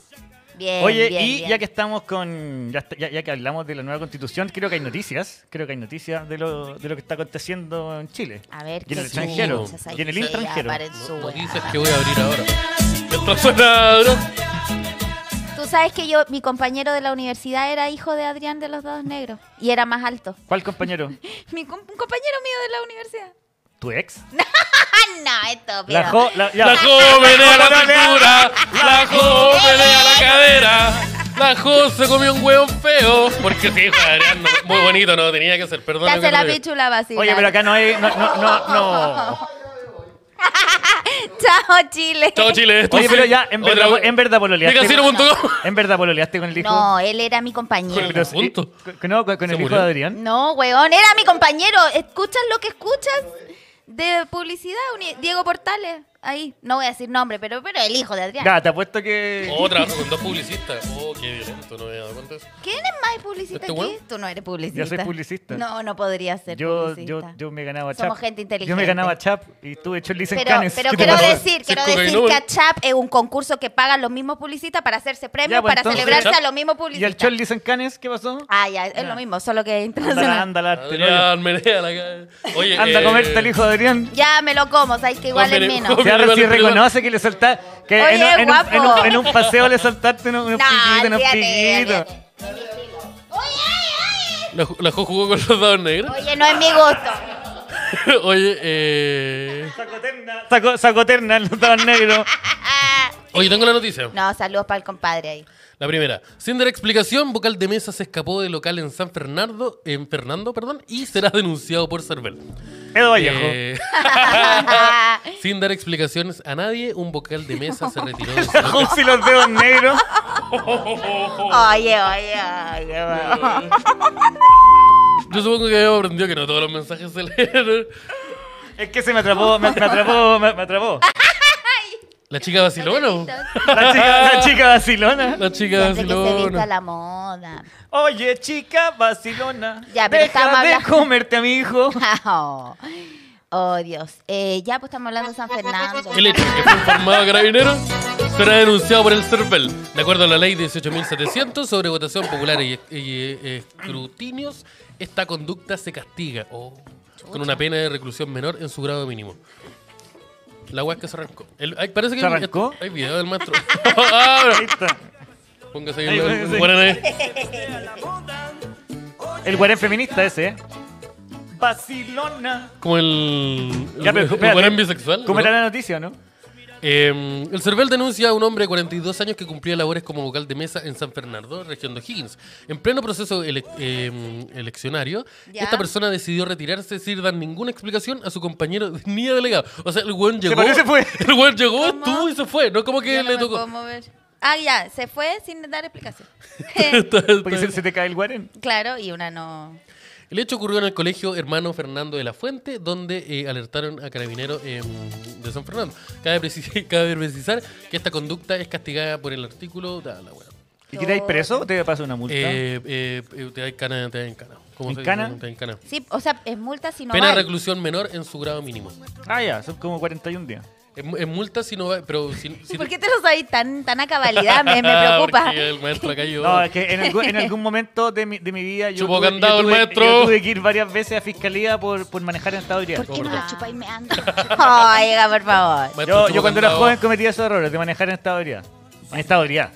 S1: Bien,
S3: Oye,
S1: bien,
S3: y
S1: bien.
S3: ya que estamos con. Ya, está- ya- ya que hablamos de la nueva constitución, creo que hay noticias. Creo que hay noticias de lo, de lo que está aconteciendo en Chile.
S1: A ver,
S3: y en el
S1: qué
S3: extranjero.
S1: chuchas hay
S3: Y en el
S1: que
S3: extranjero.
S1: aparen su
S2: No
S1: weá.
S2: dices que voy a abrir ahora. Mientras suena, ¿no?
S1: Tú sabes que yo, mi compañero de la universidad era hijo de Adrián de los Dados Negros y era más alto.
S3: ¿Cuál compañero?
S1: Mi com- un compañero mío de la universidad.
S3: ¿Tu ex?
S1: Ah, no, esto, pero.
S3: La jo- la- ya.
S2: La joven a la cintura, la joven a la cadera. La Jo se comió un hueón feo. Porque sí, Adrián, no- muy bonito, no tenía que ser. Perdón.
S1: Te hace la
S2: Carlos.
S1: pichula vacila.
S3: Oye, pero acá no hay. No, no, no. no.
S1: Chao, Chile.
S2: Chao, Chile.
S3: Oye, pero ya, en verdad, en verdad pololeaste.
S2: Micasino.com.
S3: En verdad pololeaste con el hijo.
S1: No, él era mi
S2: Con el
S1: compañero.
S3: Pero sí-
S2: Punto.
S3: con- no, con, con
S2: ¿Se
S3: el hijo
S2: murió?
S3: de Adrián.
S1: No, weón, era mi compañero. ¿Escuchas lo que escuchas de publicidad? Uni- Diego Portales. Ahí, no voy a decir nombre, pero, pero el hijo de Adrián.
S3: Ya, te apuesto que.
S2: Oh, trabajo con dos publicistas. Oh, qué violento, no me había dado cuenta de
S3: Ah,
S2: eso.
S1: ¿Quién es más publicista
S2: ¿Este
S1: que
S2: weón?
S1: Tú no eres publicista.
S3: Yo soy publicista.
S1: No, no podría ser
S3: Yo, yo,
S1: publicista.
S3: yo me ganaba a Chap.
S1: Somos gente inteligente.
S3: Yo me ganaba a Chap y tuve Chorlis en
S1: pero,
S3: Canes.
S1: pero
S3: ¿Qué te
S1: quiero
S3: pasa?
S1: decir, quiero
S2: Cinco
S1: decir
S2: Gainobel.
S1: que a Chap es un concurso que pagan los mismos publicistas para hacerse premios,
S3: Ya, pues,
S1: para
S3: entonces-
S1: celebrarse
S2: Chap.
S1: a los mismos
S3: ¿Y el
S1: publicistas.
S3: Chorlis en Canes qué pasó?
S1: Ah, ya, es lo mismo, solo que
S3: Anda,
S1: internacional.
S3: anda, la
S2: Ah,
S3: arte, rollo.
S2: Adrián, menea la cara. Oye,
S3: Anda a
S2: eh,
S3: comerte el hijo de Adrián.
S1: Ya me lo como, sabes que igual
S2: Juan
S1: es
S2: Bene-
S1: menos.
S2: Juan
S3: Si ahora sí
S2: Privado.
S3: reconoce que le saltaste. Que
S1: Oye,
S3: en, un, en, un,
S1: guapo.
S3: en, un, en un paseo le saltaste unos, unos pillitos, unos
S1: olvídate,
S3: pillitos.
S1: olvídate. Oye,
S2: La, la Jo jugó con los dados negros.
S1: oye, oye. Oye, no es mi gusto.
S2: Oye, eh.
S3: Sacoterna. Saco, sacoterna, los daban negros.
S2: Oye, tengo la noticia.
S1: No, saludos para el compadre ahí.
S2: La primera. Sin dar explicación, vocal de mesa se escapó del local en San Fernando, en Fernando, perdón, y será denunciado por Cervel.
S3: Edo Vallejo.
S2: Eh, sin dar explicaciones a nadie, un vocal de mesa se retiró del
S3: José y los dedos negros.
S1: Oye, oye, oye. weón.
S2: Yo supongo que habíamos aprendido que no todos los mensajes se leen.
S3: Es que se me atrapó, me, me atrapó, me, me atrapó.
S2: La chica vacilona. po.
S3: La chica, la chica vacilona.
S2: La chica
S1: Siempre que se viste a
S2: vacilona.
S1: la moda.
S3: Oye, chica vacilona.
S1: Ya, pero
S3: deja
S1: estamos
S3: de
S1: hablando-
S3: comerte a mi hijo.
S1: Oh, oh, Dios. Eh, ya, pues estamos hablando de San Fernando.
S2: El hecho de que fue informado a carabineros será denunciado por el CERVEL. De acuerdo a la ley 18.700 sobre votación popular y, y- eh, escrutinios, esta conducta se castiga o con una pena de reclusión menor en su grado mínimo. La weá es que este, se arrancó. El- ay, parece que
S3: ¿Se arrancó?
S2: Hay, video del maestro. Ah,
S3: Ahí está.
S2: bueno. Póngase ahí
S3: Ahí,
S2: el-
S3: ahí,
S2: el
S3: sí.
S2: guarán ahí.
S3: El guarén feminista ese, ¿eh? Barcelona.
S2: Como el.
S3: Ya, pero
S2: el
S3: espérate.
S2: guarán bisexual.
S3: ¿Cómo
S2: ¿no?
S3: era la noticia, no?
S2: Eh, el CERVEL denuncia a un hombre de 42 años que cumplía labores como vocal de mesa en San Fernando, región de O'Higgins. En pleno proceso ele- eh, eleccionario,
S1: Ya.
S2: esta persona decidió retirarse sin dar ninguna explicación a su compañero ni a delegado. O sea, el weón llegó.
S3: paró y se fue.
S2: El weón llegó,
S1: ¿Cómo?
S2: estuvo y se fue. No como que
S1: Yo no
S2: le
S1: me puedo
S2: tocó.
S1: mover. Ah, ya, se fue sin dar explicación. Eh,
S2: Está- está
S3: Porque se, se te cae el guarén.
S1: claro, y una no.
S2: El hecho ocurrió en el colegio Hermano Fernando de la Fuente, donde eh, alertaron a carabineros eh, de San Fernando. Cabe, precis- cabe precisar que esta conducta es castigada por el artículo. da la wea.
S3: ¿Y tiráis preso o te pasa una multa?
S2: Eh, eh, eh, te da encana, te da encana. ¿Cómo se dice?
S3: ¿Encana?
S2: Te da encana.
S1: Sí, o sea, es multa si no
S2: Pena de
S1: vale.
S2: reclusión menor en su grado mínimo.
S3: Ah, ya, son como 41 días.
S2: Es, mu- es multa si no va. Pero si, si
S1: ¿Y por qué te lo sabéis tan, tan a cabalidad? Me, me preocupa.
S2: Porque el maestro acá yo.
S3: No, es que en algún, en algún momento de mi, de mi vida yo
S2: Chupó
S3: tuve,
S2: candado
S3: yo
S2: el
S3: tuve-
S2: maestro.
S3: yo tuve que ir varias veces a fiscalía por, por manejar en estado de
S4: ¿Por
S3: ebriedad.
S4: qué no la chupáis meando?
S1: Ay, oiga, por favor.
S2: Maestro
S3: Yo,
S2: estuvo
S3: yo cuando era
S2: candado.
S3: joven cometía esos errores de manejar en estado de ebriedad. En estado de ebriedad.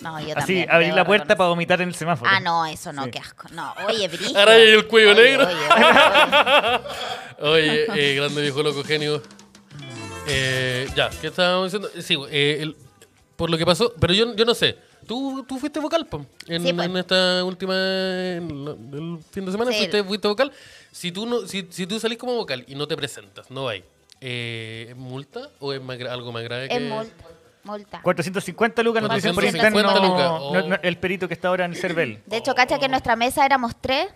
S1: No, yo
S3: Así,
S1: también.
S3: abrir
S1: debo
S3: la puerta para
S1: reconocer.
S3: vomitar en el semáforo.
S1: Ah, no, eso no,
S3: Sí.
S1: qué asco. No, oye, brillo.
S2: Ahora hay el cuello
S1: Oye,
S2: negro.
S1: oye, oye.
S2: Oye, eh, grande viejo loco genio. Eh, ya, ¿qué estábamos diciendo? Sí, eh, el- por lo que pasó, pero yo, yo no sé. ¿Tú, tú fuiste vocal, po, en,
S1: Sí, pues.
S2: en esta última. en la- el fin de semana
S1: Sí.
S2: fuiste, fuiste vocal. Si tú, no, si, si tú salís como vocal y no te presentas, no vais. Eh, ¿Es multa o es más gra- algo más grave que.?
S1: Es multa. Multa.
S3: 450 lucas nos dicen por
S2: 450
S3: interno
S2: lucas,
S3: no-
S2: oh.
S3: no- el perito que está ahora en Cervel.
S1: De hecho, cacha que en nuestra mesa éramos tres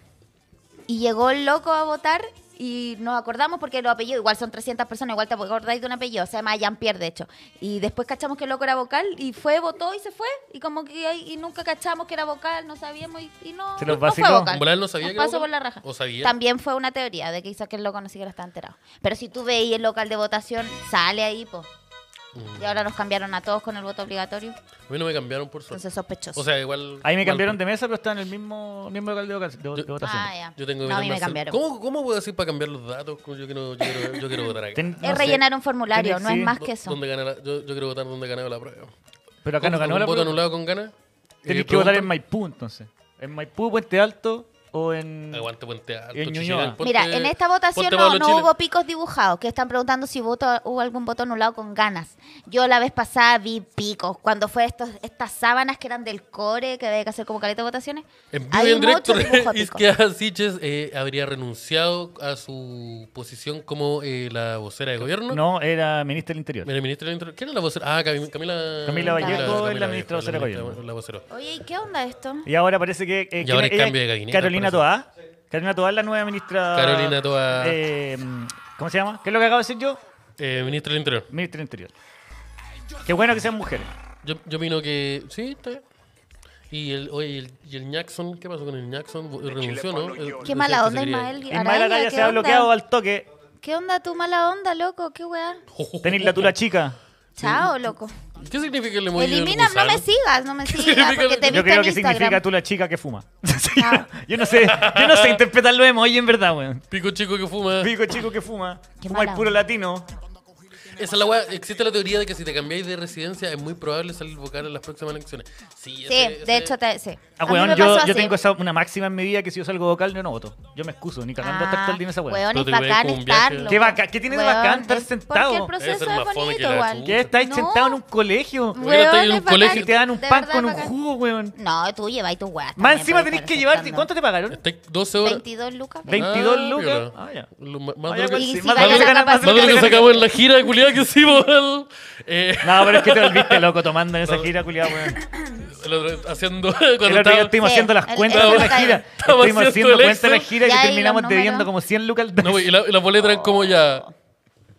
S1: y llegó el loco a votar y nos acordamos porque los apellidos, igual son 300 personas, igual te acordáis de un apellido, se llama Jean-Pierre, de hecho. Y después cachamos que el loco era vocal y fue, votó y se fue. Y como que ahí- y nunca cachamos que era vocal, no sabíamos y, y no,
S3: Se los
S1: no fue
S3: vaciló.
S2: ¿En volar él no sabía
S1: Nos
S2: que era
S1: pasó
S2: vocal?
S1: por la raja.
S2: ¿O sabía?
S1: También fue una teoría de que quizás que el loco no siquiera está enterado. Pero si tú veis el local de votación, sale ahí, po. Y ahora nos cambiaron a todos con el voto obligatorio.
S2: A mí no me cambiaron por suerte.
S1: Entonces sospechoso.
S2: O sea, igual.
S3: Ahí me
S2: igual- pues,
S3: cambiaron de mesa, pero está en el mismo, mismo local de, voca- de- de votación.
S1: ah, ya.
S2: Yo tengo que
S1: no, a mí
S2: meterme
S1: me
S2: a hacer-
S1: cambiaron.
S2: ¿Cómo, ¿Cómo puedo decir para cambiar los datos? Como Yo quiero, yo quiero, yo quiero votar acá.
S3: Ten-
S1: Es
S3: no sé.
S1: rellenar un formulario,
S3: Tiene-
S1: no es
S3: sí.
S1: más
S2: Do-
S1: que eso.
S2: donde gana la- yo, yo quiero votar donde ganaba la prueba.
S3: Pero acá no
S2: ¿Con-
S3: ganó
S2: con
S3: la
S2: voto
S3: prueba.
S2: anulado con ganas?
S3: Tenés
S2: Eh,
S3: que votar
S2: preguntan-
S3: en Maipú, entonces. En Maipú, Puente Alto o en...
S2: Aguante Puente Alto,
S3: En
S2: Chichén,
S3: Ñuñoa.
S2: Ponte-
S1: Mira, en esta votación
S2: Ponte
S1: no,
S2: Pablo
S1: no
S2: Chile.
S1: hubo picos dibujados, que están preguntando si voto, hubo algún voto anulado con ganas. Yo la vez pasada vi picos, cuando fue estos, estas sábanas que eran del core, que había que hacer como caleta de votaciones.
S2: En vivo y
S1: Hay
S2: en directo,
S1: muchos dibujos picos.
S2: Isquia Siches eh, habría renunciado a su posición como eh, la vocera de gobierno.
S3: No, era ministro del Interior.
S2: Era ministra del Interior. ¿Quién era la vocera? Ah, Cam- Camila...
S3: Camila
S1: Vallejo
S3: es la
S2: Vallejo,
S3: ministra vocera de
S2: ministra-
S3: gobierno.
S2: La vocera.
S1: Oye, ¿y qué onda esto?
S3: Y ahora parece que... eh, ¿quién
S2: ahora
S3: es
S2: el
S3: ella?
S2: cambio de gabinete,
S3: Carolina
S2: parece.
S3: Toá. Carolina Toá es la nueva ministra...
S2: Carolina Toá.
S3: Eh, ¿Cómo se llama? ¿Qué es lo que acabo de decir yo?
S2: Eh, ministra del Interior.
S3: Ministra del Interior. Qué bueno que sean mujeres.
S2: Yo, yo opino que... Sí, está bien. Y el, oye, y el, y el Jackson, ¿qué pasó con el Jackson? Renunció, ¿no? Él
S1: Qué
S2: decía que
S1: mala
S2: se
S1: onda,
S2: quería ir.
S1: Ismael.
S3: Ismael
S1: Araya,
S3: Araya
S1: ¿qué
S3: se ha
S1: onda?
S3: bloqueado al toque.
S1: ¿Qué onda tu mala onda, loco? ¿Qué weá?
S3: Tenéis la tula chica.
S1: Chao, loco.
S2: ¿Qué significa el emoji del
S1: Elimina, no
S2: gusano?
S1: me sigas, no me sigas,
S2: significa
S1: porque te he
S2: lo-
S1: visto
S3: Yo creo
S1: en
S3: que significa
S1: Instagram. Ah.
S3: tú la chica que fuma. yo no sé, yo no sé interpretar los emojis en verdad, weón.
S2: Pico chico que fuma.
S3: Pico chico que fuma,
S1: Qué
S3: fuma el
S1: mala
S3: puro
S1: onda.
S3: latino.
S2: Esa es la weá. Existe la teoría de que si te cambiáis de residencia es muy probable salir vocal en las próximas elecciones. Sí,
S1: Sí,
S2: ese-
S1: de
S2: ese-
S1: hecho, te, sí.
S3: Ah,
S1: A mí
S3: weón,
S1: me
S3: yo,
S1: pasó
S3: yo
S1: así.
S3: tengo esa, una máxima en mi vida que si yo salgo vocal, yo no voto. Yo me excuso, ni cagando hasta
S1: Ah,
S3: estar en esa weón.
S2: Pero
S1: es
S2: te veis
S1: bacán
S2: como un viaje.
S1: estarlo.
S3: Qué vaca- ¿qué tiene de bacán estar
S1: es-
S3: sentado?
S1: Porque el
S2: Debe
S1: proceso
S2: ser
S1: es
S2: más fome que
S1: bonito
S2: la
S1: igual.
S2: chucha.
S3: ¿Qué? Estáis
S1: No.
S3: sentados en un colegio.
S1: Weón,
S2: Bueno, estáis en
S1: es
S2: un
S1: bacán,
S2: colegio
S3: Y te dan un
S1: de
S3: pan
S1: verdad
S3: con
S1: es
S3: un
S1: bacán.
S3: jugo, weón.
S1: No, tú lleváis tus weas.
S3: Más
S1: también,
S3: encima
S1: pues,
S3: tenés que
S1: estar
S3: llevarte.
S1: aceptando.
S3: ¿Cuánto te pagaron?
S2: Está 12 horas.
S1: 22 lucas.
S3: Ve- 22
S2: Ah,
S3: lucas.
S2: piola.
S3: Ah, ya.
S2: Lo ma- Más
S3: Ah,
S2: de
S3: ya,
S2: lo
S3: pues,
S2: que-
S1: Y
S3: sí,
S1: si
S3: más
S1: vaya
S3: de lo que
S1: a la
S3: ganas- más de
S2: más de lo que
S3: ganas-
S2: sacamos en la gira de culiada que hicimos. el- eh,
S3: No, pero es que te volviste loco tomando en esa gira, culiado, weón.
S2: el otro- haciendo.
S3: El
S2: Cuando
S3: otro día
S2: estaba,
S3: estuvimos
S1: Sí,
S3: haciendo las
S1: el-
S3: cuentas
S1: el-
S3: de
S1: el-
S3: la gira.
S2: Estamos
S3: Estuvimos
S2: haciendo
S3: haciendo
S2: el
S3: cuentas de la
S2: Excel.
S3: gira y
S1: Ya,
S3: que
S1: y los
S3: terminamos
S1: números.
S3: debiendo como 100 lucas al
S2: no, y la- y las boletas eran como ya.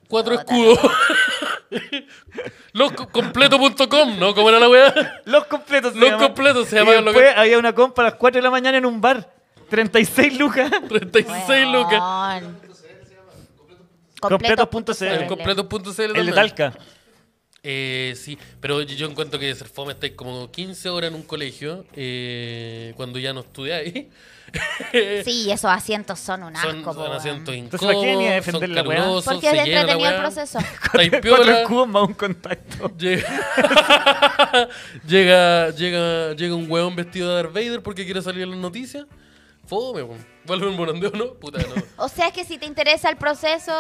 S2: Cuatro escudos. Loscompleto.com, ¿no? ¿Cómo era la weá?
S3: Los completos se
S2: Los
S3: llaman.
S2: completos se
S3: Y
S2: llamaban,
S3: después
S2: loco.
S3: había una compra a las 4 de la mañana en un bar. 36 lucas.
S2: 36 lucas.
S1: Weón.
S3: Completos.cl.
S2: El completo.cl.
S3: El de
S2: también.
S3: Talca.
S2: Eh, sí, pero yo- yo encuentro que ser fome estáis como 15 horas en un colegio eh, cuando ya no estudiáis.
S1: Sí, esos asientos son un asco.
S2: son,
S1: po,
S2: son
S1: weón.
S2: asientos
S3: Entonces, ¿para qué venía a
S2: incómodos, son
S3: defender la weá?
S2: calurosos,
S1: Porque
S2: se
S1: es
S2: llena la
S1: entretenido el
S2: weá.
S1: proceso.
S2: Estáis
S3: Cuatro
S2: piola.
S3: cubos más un contacto.
S2: Llega, llega, llega, llega un weón vestido de Darth Vader porque quiere salir en las noticias. Fome, weón. Vuelve un morandeo, ¿no? Puta, no.
S1: O sea, es que si te interesa el proceso.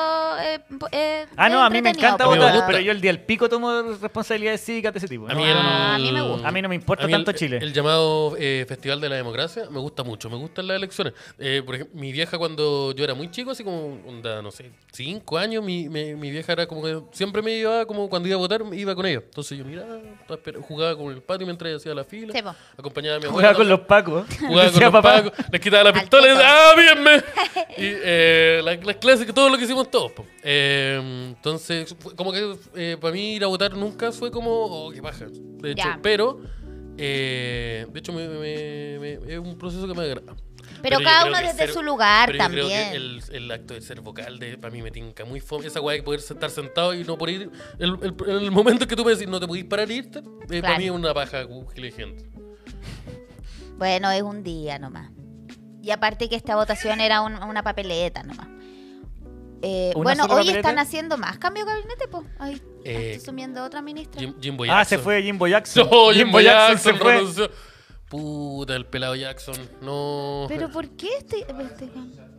S1: eh, po- eh,
S3: Ah, no,
S1: es
S3: a mí me
S1: entretenido,
S3: encanta
S1: po,
S2: mí me
S3: votar,
S1: weón.
S2: gusta.
S3: pero yo el día del pico tomo responsabilidades cívicas de ese tipo. ¿no?
S1: mí el- Ah, a mí me gusta.
S3: A mí no me importa
S2: a mí el-
S3: tanto Chile.
S2: El llamado eh, Festival de la Democracia me gusta mucho, me gustan las elecciones. Eh, por ejemplo, mi vieja cuando yo era muy chico, así como, onda, no sé, cinco años, mi, mi- mi vieja era como que siempre me iba, como cuando iba a votar, me iba con ella. Entonces yo miraba, estaba esper- jugaba con el patio mientras ella hacía la fila,
S1: Sí, po.
S2: acompañaba a mi abuela.
S3: Jugaba con los pacos.
S2: Jugaba con
S3: Decía,
S2: los
S3: "Papá,
S2: pacos, les quitaba la
S1: Al
S2: pistola y
S1: poto.
S2: decía, ¡ah, mírenme! Y eh, la- las clases, que todo lo que hicimos todos. po. Eh, entonces, fue como que eh, para mí ir a votar nunca fue como, oh, qué paja. De hecho,
S1: Ya.
S2: pero, eh, de hecho, me- me- me- me- es un proceso que me agrada.
S1: Pero
S2: yo
S1: cada
S2: creo
S1: uno
S2: que
S1: desde su lugar
S2: pero yo creo que
S1: también.
S2: el, el acto de ser vocal de, para mí me tinca muy fome. Esa weá de poder estar sentado y no por ir. El, el, el momento que tú me decís no te podís parar e irte, para
S1: Claro.
S2: mí es una paja uh, gente.
S1: Bueno, es un día nomás. Y aparte que esta votación era un- una papeleta nomás. Eh,
S3: ¿Una
S1: bueno, hoy
S3: sola papeleta?
S1: están haciendo más cambio de gabinete, pues. Ay,
S2: Eh,
S1: estoy sumiendo otra ministra.
S2: Jim- Jimbo
S3: Ah, se
S2: Jackson.
S3: fue Jimbo Jackson.
S2: No, Jimbo Jackson
S3: se fue.
S2: renunció. Puta, el pelado Jackson. No.
S1: Pero ¿por qué este, este-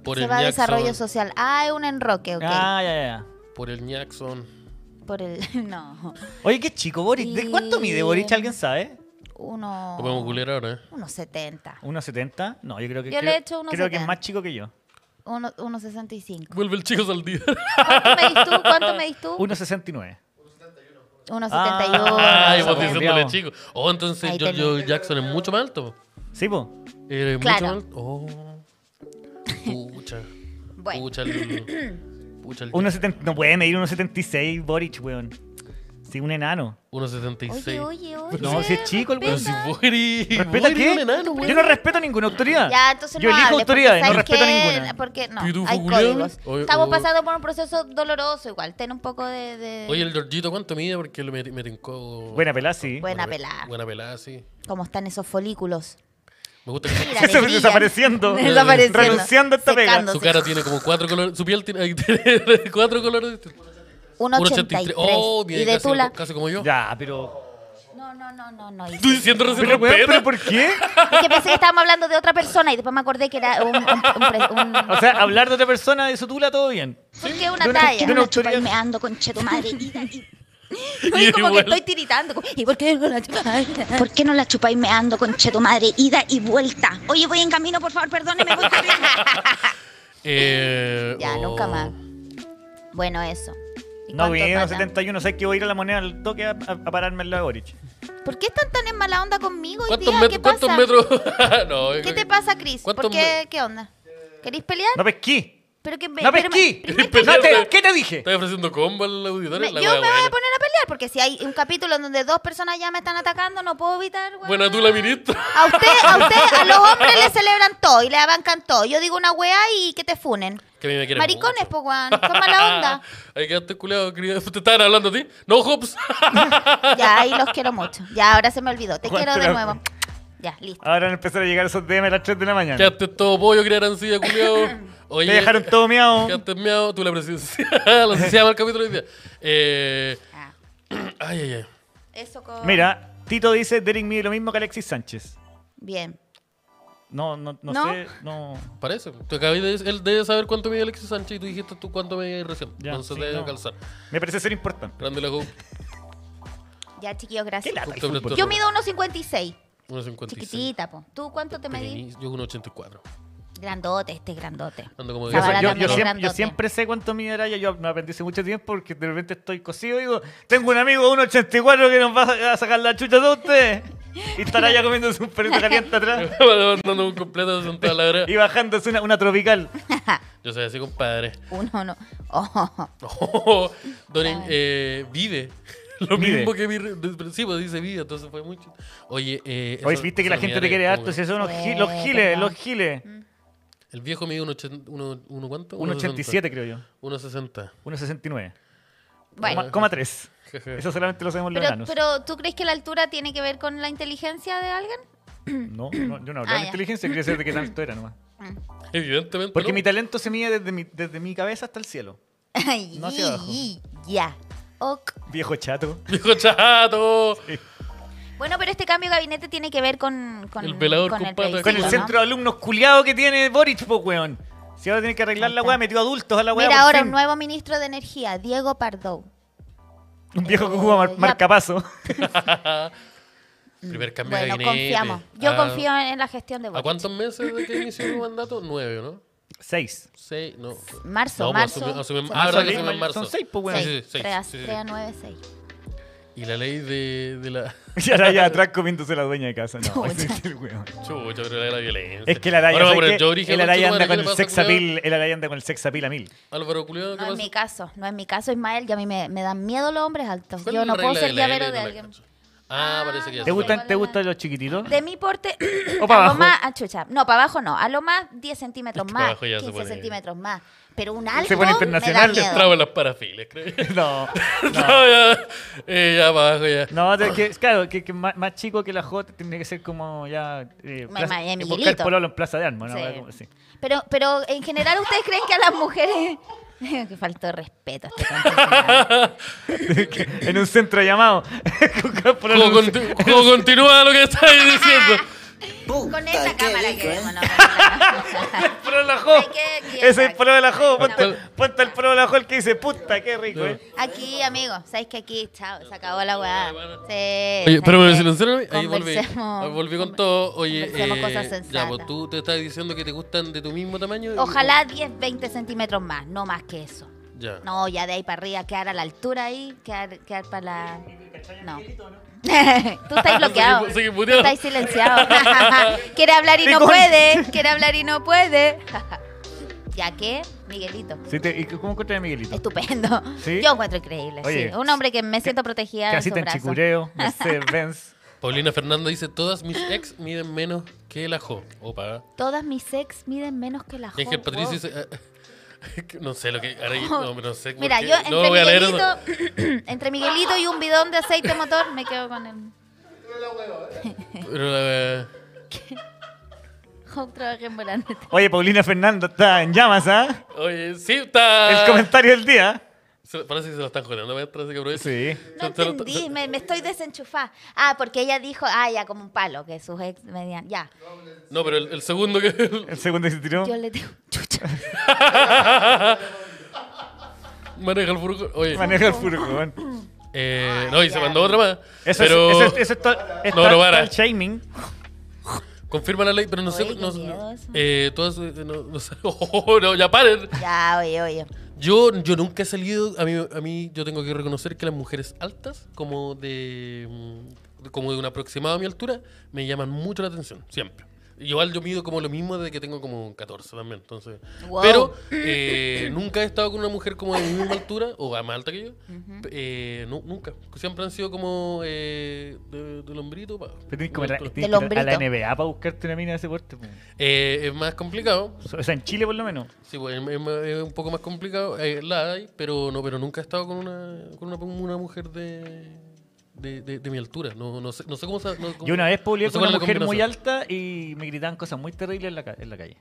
S2: Por
S1: se
S2: el
S1: va a
S2: Jackson.
S1: desarrollo social? Ah, es un enroque, ok.
S3: Ah, ya, ya, ya.
S2: Por el Jackson.
S1: Por el no,
S3: Oye, qué chico Boris. ¿De cuánto mide Boris? ¿Alguien sabe?
S1: uno
S2: Lo podemos googlear ahora, ¿eh?
S1: uno 70,
S3: ¿1,70? No, yo creo que.
S1: Yo le
S3: creo,
S1: he hecho unos
S3: creo que es
S1: 70.
S3: más chico que yo.
S1: uno, uno 65.
S2: Vuelve el chico Saldívar.
S1: ¿Cuánto me dis tú? ¿Cuánto me dis tú?
S3: 1,69.
S1: Uno
S2: Ay,
S3: Ah,
S2: vos
S1: 71.
S2: diciéndole chico. Oh, entonces
S1: Ahí
S2: George Jackson es mucho más alto.
S3: Sí, po.
S2: Eh,
S1: Claro.
S2: Mucho más alto. Oh. Pucha.
S1: Bueno,
S2: Pucha el. Pucha el.
S3: 1,70 No puede medir 1,76 Boric, weón. Sí, un enano.
S2: 1.76.
S1: oye, oye, oye.
S3: No, si es chico el
S2: Pero
S3: weón.
S2: si
S1: respeta.
S2: Bori.
S3: ¿Respeta
S2: Bori
S3: qué?
S2: un enano, weón.
S3: yo no respeto ninguna autoridad.
S1: Ya, entonces
S3: yo
S1: no
S3: elijo
S1: hables,
S3: autoridades,
S1: porque ¿sabes
S3: no respeto
S1: qué?
S3: ninguna.
S1: Porque no,
S2: Pitufo
S1: hay
S2: culiao.
S1: códigos.
S2: Oye,
S1: Estamos
S2: o-
S1: pasando por un proceso doloroso igual. Ten un poco de... de-
S2: Oye, el Georgito, ¿cuánto mide? Porque me, me tincó.
S3: Buena pelada,
S1: Bueno.
S3: sí.
S1: Buena pelada.
S2: Buena pelada, sí.
S1: cómo están esos folículos.
S2: Me gusta que
S1: Mira,
S3: Eso,
S1: le brillan.
S3: desapareciendo.
S1: Desapareciendo.
S3: Renunciando a esta pega.
S1: Secando.
S2: Su cara tiene como cuatro colores. Su piel tiene, tiene cuatro colores distintos.
S1: 1,83.
S2: Oh,
S1: y
S2: bien,
S1: de
S2: casi,
S1: Tula.
S2: casi como yo.
S3: Ya, pero.
S1: No, no, no, no, no. y-
S2: Estoy diciendo recién
S3: Pero, weón,
S2: respeto.
S3: ¿pero por qué?
S1: Es que pensé que estábamos hablando de otra persona y después me acordé que era un... un, un pre- un-
S3: O sea, hablar de otra persona de su tula, todo bien.
S1: porque es una
S3: de una-
S1: talla.
S3: de una-
S4: Una chupa y me ando con madre. Ida y...
S1: Oye, como que
S2: Igual.
S1: estoy tiritando. como, ¿Y por qué?
S4: ¿Por qué no la chupa y me ando con madre? Ida y vuelta. Oye, voy en camino, por favor, perdóneme. Voy corriendo.
S2: Eh,
S1: Ya,
S2: oh.
S1: nunca más. Bueno, eso. ¿Y
S3: No,
S1: cuánto
S3: bien,
S1: pasa?
S3: 71. Sabes que voy a ir a la moneda al toque a, a- a pararme en la Boric.
S1: ¿Por qué están tan en mala onda conmigo hoy
S2: ¿Cuántos,
S1: día?
S2: met-
S1: ¿Qué
S2: cuántos
S1: pasa?
S2: metros? no, yo
S1: ¿Qué te
S2: creo que-
S1: pasa, Cris?
S2: ¿Cuántos
S1: ¿Por qué? ¿Qué onda? ¿Queréis pelear?
S3: No pesquí.
S1: pero que me-
S3: No
S1: pero me-
S3: pesquí.
S1: primero
S2: que-
S3: No te- ¿Qué te dije?
S2: Estás ofreciendo combo al auditorio.
S1: me-
S2: la
S1: yo me
S2: wea
S1: voy
S2: buena.
S1: a poner a pelear porque si hay un capítulo en donde dos personas ya me están atacando, no puedo evitar. weón.
S2: Buena tú la ministra.
S1: A usted, a usted, a los hombres le celebran todo y le bancan todo. Yo digo una weá y que te funen.
S2: Que a mí me quieren
S1: Maricones,
S2: mucho.
S1: po, weón. Son mala onda.
S2: Ahí quedaste culeado, querido. Te estaban hablando a ti. No, Hops.
S1: Ya, ahí los quiero mucho. Ya, ahora se me olvidó. Te
S3: Aguante
S1: quiero de
S3: la-
S1: nuevo. Ya, listo.
S3: Ahora van a empezar a llegar esos DM a las 3 de la mañana.
S2: quedaste todo pollo, quería arancilla, culeado. Oye,
S3: Te dejaron todo miado.
S2: Quedaste meado. Tú la presidencia. la se llama el capítulo de hoy día. Eh,
S1: Ah,
S2: ay, ay, ay.
S1: eso con.
S3: Mira, Tito dice Derek mide lo mismo que Alexis Sánchez.
S1: Bien.
S3: No, no, no,
S1: ¿No?
S3: sé. No.
S2: Parece. Tú acabas de, él debe saber cuánto medía Alexis Sánchez y tú dijiste tú cuánto medía recién.
S3: Ya,
S2: Entonces
S3: sí,
S2: debe
S3: no.
S2: calzar.
S3: Me parece ser importante.
S2: Grande la Hope.
S1: Ya, chiquillos,
S3: ¿Qué
S1: gracias.
S3: lata el
S2: Justo
S3: fútbol.
S2: apretó.
S1: Yo mido 1,56.
S2: 1.56.
S1: Chiquitita, po. ¿Tú cuánto te medí?
S2: Pequeñi- Yo 1.84.
S1: Grandote, este grandote.
S2: Ando como
S3: Yo,
S1: La
S3: soy-
S1: vara
S3: yo-
S1: también
S3: yo
S1: es
S3: siempre, yo
S1: grandote.
S3: siempre sé cuánto mide Araya. Yo me aprendí hace mucho tiempo porque de repente estoy cosido y digo: Tengo un amigo 1,84 que nos va a sacar la chucha de usted. Y está Araya comiéndose un perrito caliente atrás
S2: Mandando un completo sentado a la verga.
S3: y bajándose una, una tropical.
S2: Yo soy así, compadre.
S1: Uno, no. Oh,
S2: Doren eh, vive. Lo
S3: Vive.
S2: mismo que mi. Sí, pues dice vive, entonces fue mucho. Oye, eh.
S3: Oye,
S2: eso-
S3: viste que
S2: eso
S3: la gente
S2: mira
S3: te quiere
S2: como
S3: harto.
S2: que-
S3: Si son los, gi- los
S1: Eh,
S3: giles,
S1: perdón.
S3: los giles.
S2: El viejo mide 1.87. ¿Uno cuánto?
S3: 1,87 creo yo.
S2: 1.60.
S3: 1,69.
S1: Bueno.
S3: Coma- Coma tres.
S2: Jeje.
S3: Eso solamente lo sabemos los
S1: Pero,
S3: enanos.
S1: pero, ¿tú crees que la altura tiene que ver con la inteligencia de alguien?
S3: No, no, yo no hablaba
S1: Ah,
S3: de
S1: ya.
S3: inteligencia, quería saber de qué tanto era nomás.
S2: Evidentemente.
S3: Porque
S2: no.
S3: mi talento se mide desde mi, desde mi cabeza hasta el cielo.
S1: Ay,
S3: No hacia abajo.
S1: Ya. Ok.
S3: Viejo chato.
S2: Viejo chato.
S1: Bueno, pero este cambio de gabinete tiene que ver con, con
S2: El velador
S1: con
S2: con
S1: el
S2: patas.
S1: plebiscito,
S3: Con el
S1: ¿no?
S3: centro de alumnos culiado que tiene Boric, po, weón. Si ahora tiene que arreglar la weá, metió adultos a la weá.
S1: Mira,
S3: por
S1: ahora
S3: fin.
S1: un nuevo ministro de Energía, Diego Pardo.
S3: Un viejo que juega
S1: Ya.
S3: mar marcapaso.
S2: Primer cambio de
S1: Mm. Bueno,
S2: gabinete.
S1: confiamos. Yo
S2: Ah,
S1: confío en la gestión de
S2: ¿A
S1: Boric.
S2: cuántos meses de que inició su mandato? Nueve, ¿no?
S3: Seis.
S2: Seis, no.
S1: Marzo,
S2: No,
S1: marzo.
S2: asume- asume-
S1: Son
S2: ah, verdad que
S3: seis,
S2: asume en marzo.
S3: son seis, po, weón.
S1: seis,
S2: Sí, sí, seis,
S1: tres a-
S2: sí, sí.
S1: tres a nueve, seis.
S2: Y la ley de, de la.
S3: Y ahora ya atrás comiéndose la dueña de casa. No, ese es el weón.
S2: Chucha, pero la de la violencia.
S3: Es que el Araya,
S2: Ahora va a
S3: ¿sabes
S2: poner
S3: qué?
S2: yo origen,
S3: el Araya
S2: conchetumare,
S3: anda
S2: ¿qué
S3: con
S2: le pasa,
S3: el sex
S2: weón?
S3: appeal, el Araya anda con el sex appeal a mil.
S2: Álvaro Culiado, ¿qué
S1: No es
S2: pasa?
S1: mi caso, no es mi caso, Ismael, que a mí me, me dan miedo los hombres altos.
S2: ¿Cuál
S1: Yo
S2: es
S1: no
S2: la
S1: puedo
S2: regla
S1: ser
S2: la
S1: llavero
S2: ley?
S1: de
S2: No la
S1: alguien.
S2: cacho. Ah, parece que ya
S1: ¿Te
S3: ¿Te
S2: sé.
S1: gusta?
S3: gustan, ¿Te gustan los chiquititos?
S1: De mi porte,
S3: O pa'
S1: a lo
S3: abajo.
S1: más, ah, chucha, no, para abajo no, a lo más 10 centímetros
S2: Es que pa'
S1: más,
S2: abajo ya se
S1: 15
S2: pone-
S1: centímetros más. Pero un alto
S3: pone internacional.
S1: me da miedo.
S2: Traba en las parafiles, creo.
S3: No.
S2: No, ya. Eh, ya para abajo, ya.
S3: No, de que- claro, que, que más, más chico que la J tiene que ser como ya. Eh,
S1: Ma- ma-
S3: eh,
S1: Miguelito.
S3: buscar pololo en Plaza de Armas, ¿no?
S1: Sí.
S3: Algo así.
S1: Pero, pero en general, ¿ustedes creen que a las mujeres... que faltó de respeto a este conchetumare.
S3: en un centro llamado. Buscar pololo
S2: Como,
S3: en un
S2: conti- como continúa lo que estáis diciendo.
S1: Con esta cámara que vemos, no, con la-
S3: centro- pololo de la Jo.
S1: Ay, qué- qué-
S3: Ese es el pololo de la Jo. Ponte,
S2: Bueno.
S3: ponte el pololo de la Jo el que dice, puta, qué rico, ¿eh?
S1: Aquí, amigo, sabéis que aquí, chao, se acabó la weá.
S2: Oye,
S1: Sí.
S2: pero me
S1: sabéis que
S2: silenciaron ahí volví.
S1: conversemos-
S2: Ahí volví con todo. Oye,
S1: conversemos
S2: eh,
S1: cosas
S2: ya,
S1: sensatas.
S2: pues tú te estás diciendo que te gustan de tu mismo tamaño. y-
S1: Ojalá 10, 20 centímetros más, no más que eso.
S2: Ya.
S1: No, ya de ahí para arriba, quedar a la altura ahí, quedar, quedar para la... No. Tú estás bloqueado.
S2: Seguí- seguí
S1: Tú
S2: puteando.
S1: estás silenciado. quiere hablar y no
S3: Picón.
S1: puede. Quiere hablar y no puede. ¿Ya qué? Miguelito.
S3: Sí, te- ¿Y cómo encuentras a Miguelito?
S1: Estupendo.
S3: ¿Sí?
S1: Yo encuentro increíble.
S3: Oye,
S1: sí. Un hombre que me siento protegida en su
S3: Casita en
S1: brazo.
S3: Chicureo, Mercedes Benz.
S2: Paulina Fernando dice: Todas mis ex miden menos que el ajo. Opa.
S1: Todas mis ex miden menos que la
S2: Y Ángel
S1: jo-
S2: Patricio
S1: wow.
S2: dice. ah, que No sé lo que. ahora yo- no, no sé. por
S1: Mira,
S2: qué.
S1: yo
S2: no
S1: entre,
S2: voy a leer eso.
S1: Miguelito, entre Miguelito y un bidón de aceite motor me quedo con el...
S2: Pero, eh,
S1: Jo, trabajé en volante.
S3: Oye, Paulina Fernando está en llamas, ¿ah?
S2: oye, sí, está.
S3: El comentario del día.
S2: Se- Parece que se lo están jodiendo, maestra, así que aprovecho.
S3: Sí.
S1: No
S2: Se- se lo-
S1: entendí, me, me estoy desenchufada. Ah, porque ella dijo, ah, ya como un palo, que sus ex me digan, ya.
S2: No, pero el, el segundo que.
S3: El segundo que se tiró.
S1: Yo le digo, chucha.
S2: maneja el furgón. Oye.
S3: Maneja el furgón.
S2: eh, no, y se mandó otra más.
S3: Eso
S2: pero
S3: es, eso es, eso es, to- es
S2: No,
S3: tal-
S2: no, para.
S3: tal shaming.
S2: confirma la ley, pero no sé.
S1: Oye, qué
S2: No,
S1: miedo eso.
S2: eh, todas. eh, No, no sé. Oh, no, ya paren.
S1: Ya, oye, oye.
S2: Yo, yo nunca he salido. A mí, a mí, yo tengo que reconocer que las mujeres altas, como de. mm, como de un aproximado a mi altura, me llaman mucho la atención, siempre. Igual yo mido como lo mismo desde que tengo como 14 también, entonces.
S1: Wow.
S2: Pero eh, nunca he estado con una mujer como de mi misma altura, o a más alta que yo. Eh, nu- nunca. Siempre han sido como eh, de, de lombrito. pa-
S3: Pero tienes que meter-
S2: altura.
S3: tienes
S1: Del
S3: que meter a la
S1: hombrito.
S3: NBA para buscarte una mina de ese porte. po.
S2: Eh, es más complicado,
S3: O sea, en Chile por lo menos.
S2: Sí, pues, es, es- es un poco más complicado. eh, la hay, pero no, pero nunca he estado con una, con una, una mujer de, de, de- de mi altura. No, no, sé, no sé cómo se. no- cómo-
S3: Yo una vez publiqué
S2: no sé
S3: con
S2: cuál
S3: una
S2: es la
S3: mujer muy
S2: combinación.
S3: alta y me gritaban cosas muy terribles en la, ca- en la calle.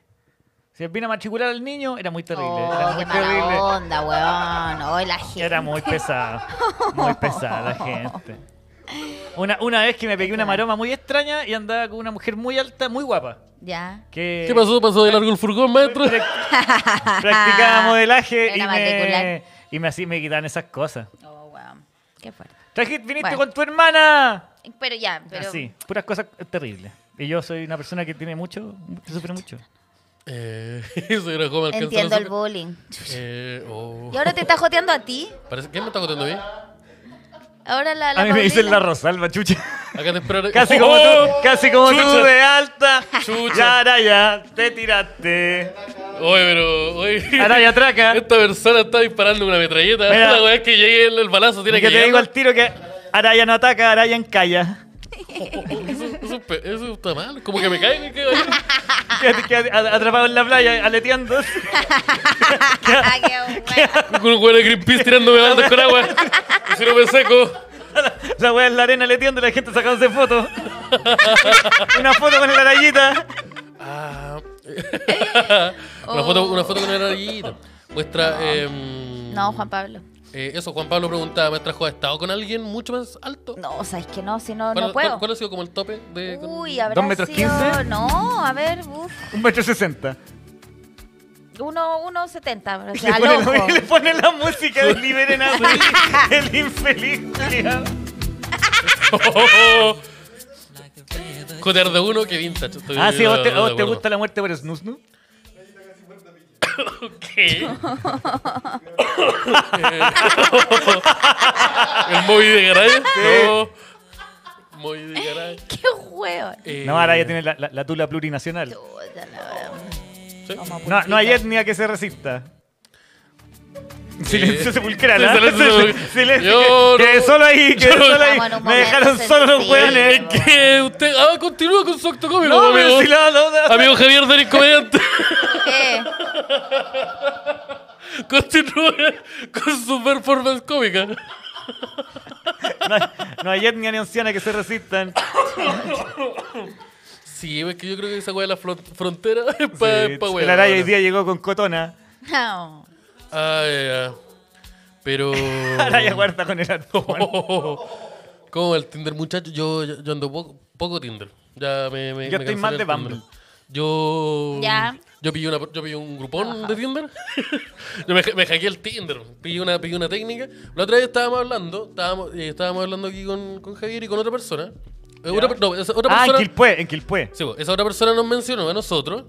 S3: Si vino a matricular al niño, era muy terrible. era
S1: Oh,
S3: muy
S1: qué
S3: terrible.
S1: mala onda, weón. Hoy la gente.
S3: Era muy pesada. Muy pesada la gente. Una, una vez que me pegué una maroma muy extraña y andaba con una mujer muy alta, muy guapa.
S1: Ya.
S3: Que
S2: ¿Qué pasó? ¿Pasó de
S3: eh,
S2: largo el furgón, maestro?
S3: Practicaba modelaje y
S1: Era
S3: me,
S1: matricular.
S3: y me así me quitaban esas cosas.
S1: Oh, weón. Qué fuerte.
S3: Trajit, viniste
S1: Bueno.
S3: con tu hermana.
S1: Pero ya, pero.
S3: Así, puras cosas terribles. Y yo soy una persona que tiene mucho, que sufre mucho.
S2: Eh, soy una joven alcanza
S1: Entiendo
S2: la
S1: el
S2: azúcar.
S1: bullying.
S2: Eh, oh.
S1: ¿Y ahora te está joteando a ti?
S2: Parece, ¿Quién me está contando bien?
S1: Ahora la. la
S3: A mí me dicen la
S1: Paulina.
S3: Rosalba, chucha.
S2: Acá te espero.
S3: Casi como tú,
S2: ¡Oh!
S3: casi como tú
S2: Chucha.
S3: de alta.
S2: Chucha.
S3: Ya, Araya, te tiraste.
S2: Oye, pero. Oye.
S3: Araya, traca.
S2: Esta persona está disparando una metralleta.
S3: Mira.
S2: La weá es que llegue el, el balazo, tiene
S3: Y
S2: que
S3: que te
S2: llegar.
S3: digo al tiro que Araya no ataca, Araya encalla.
S2: Oh, Eso, eso es pe- eso está mal. Como que me caen y quedo ahí.
S3: Quédate, quédate a- atrapado en la playa, aleteando.
S1: Ah, qué bueno.
S2: Con un huevo de Greenpeace tirándome baldas con agua. Y si no me seco.
S3: La wea en la arena aleteando y la gente sacándose fotos. Una foto con la arayita.
S2: Ah. una, foto, una foto con el arallito. Vuestra. em,
S1: No, Juan Pablo.
S2: eh, eso, Juan Pablo preguntaba, ¿me trajo ha estado con alguien mucho más alto?
S1: No, o sea, es que no, si no,
S2: ¿Cuál,
S1: no
S2: cuál-
S1: puedo.
S2: cuál ha sido como el tope de.? con-
S1: Uy, habrá
S3: ¿Dos metros
S1: sido...
S3: quince?
S1: No, a ver, uf,
S3: Un metro sesenta.
S1: uno, uno setenta, o
S3: Le
S1: sea, al
S3: pone,
S1: ojo.
S3: la, le pone la música de Liberen a Willy, el infeliz. culiao.
S2: Joder de uno que vintage. Estoy-
S3: Ah, sí, ¿a vos te,
S2: de
S3: a vos te
S2: acuerdo.
S3: gusta la muerte por Snusnu?
S2: ¿Qué? ¿El móvil de garaje? No. Móvil de garaje.
S1: Qué hueón.
S2: Eh,
S3: No, ahora ya tiene la, la- la tula plurinacional.
S1: Chuta la verdad.
S2: Sí.
S1: Como
S3: No, no hay
S1: pulsita.
S3: etnia que se resista. Silencio sepulcral.
S2: Sí,
S3: ¿ah?
S2: silencio sepulcral.
S3: Silencio.
S2: Yo
S3: Quedé
S2: no-
S3: solo ahí, quedé
S2: Yo-
S3: solo ahí.
S1: Estamos en un
S3: Me dejaron
S1: momento
S3: solo los
S1: sensible.
S3: hueones.
S2: Es que usted. Ah, continúa con su acto cómico,
S3: No,
S2: amigo.
S3: pero si la- la- la-
S2: Amigo Javier del Comediante.
S1: Eh,
S2: continúa con su performance cómica.
S3: No hay, no hay etnia ni anciana que se resistan.
S2: Ah, Sí, es que yo creo que esa weá de la fron- frontera es
S3: Sí,
S2: pa, es pa weá.
S3: el araya hoy día llegó con cotona.
S1: no.
S2: Ah, ya, ya. Pero.
S3: Araya guarda con el
S2: Oh,
S3: atón.
S2: ¿Cómo el Tinder, muchacho? Yo, yo, yo ando poco, poco Tinder. Ya me, me-
S3: Yo
S2: me
S3: estoy
S2: cancelé
S3: más
S2: el
S3: de
S2: Tinder.
S3: Bumble.
S2: Yo.
S1: Ya.
S2: Yo pillé, una, yo pillé un grupón de Tinder. yo me, ha- me hackeé el Tinder. Pillé una, pillé una técnica. La otra vez estábamos hablando. Estábamos, eh, estábamos hablando aquí con, con Javier y con otra persona. Eh, Otra, per- no, esa otra
S3: Ah, en
S2: persona.
S3: Quilpué, en Quilpué.
S2: Sí, pues, esa otra persona nos mencionó a nosotros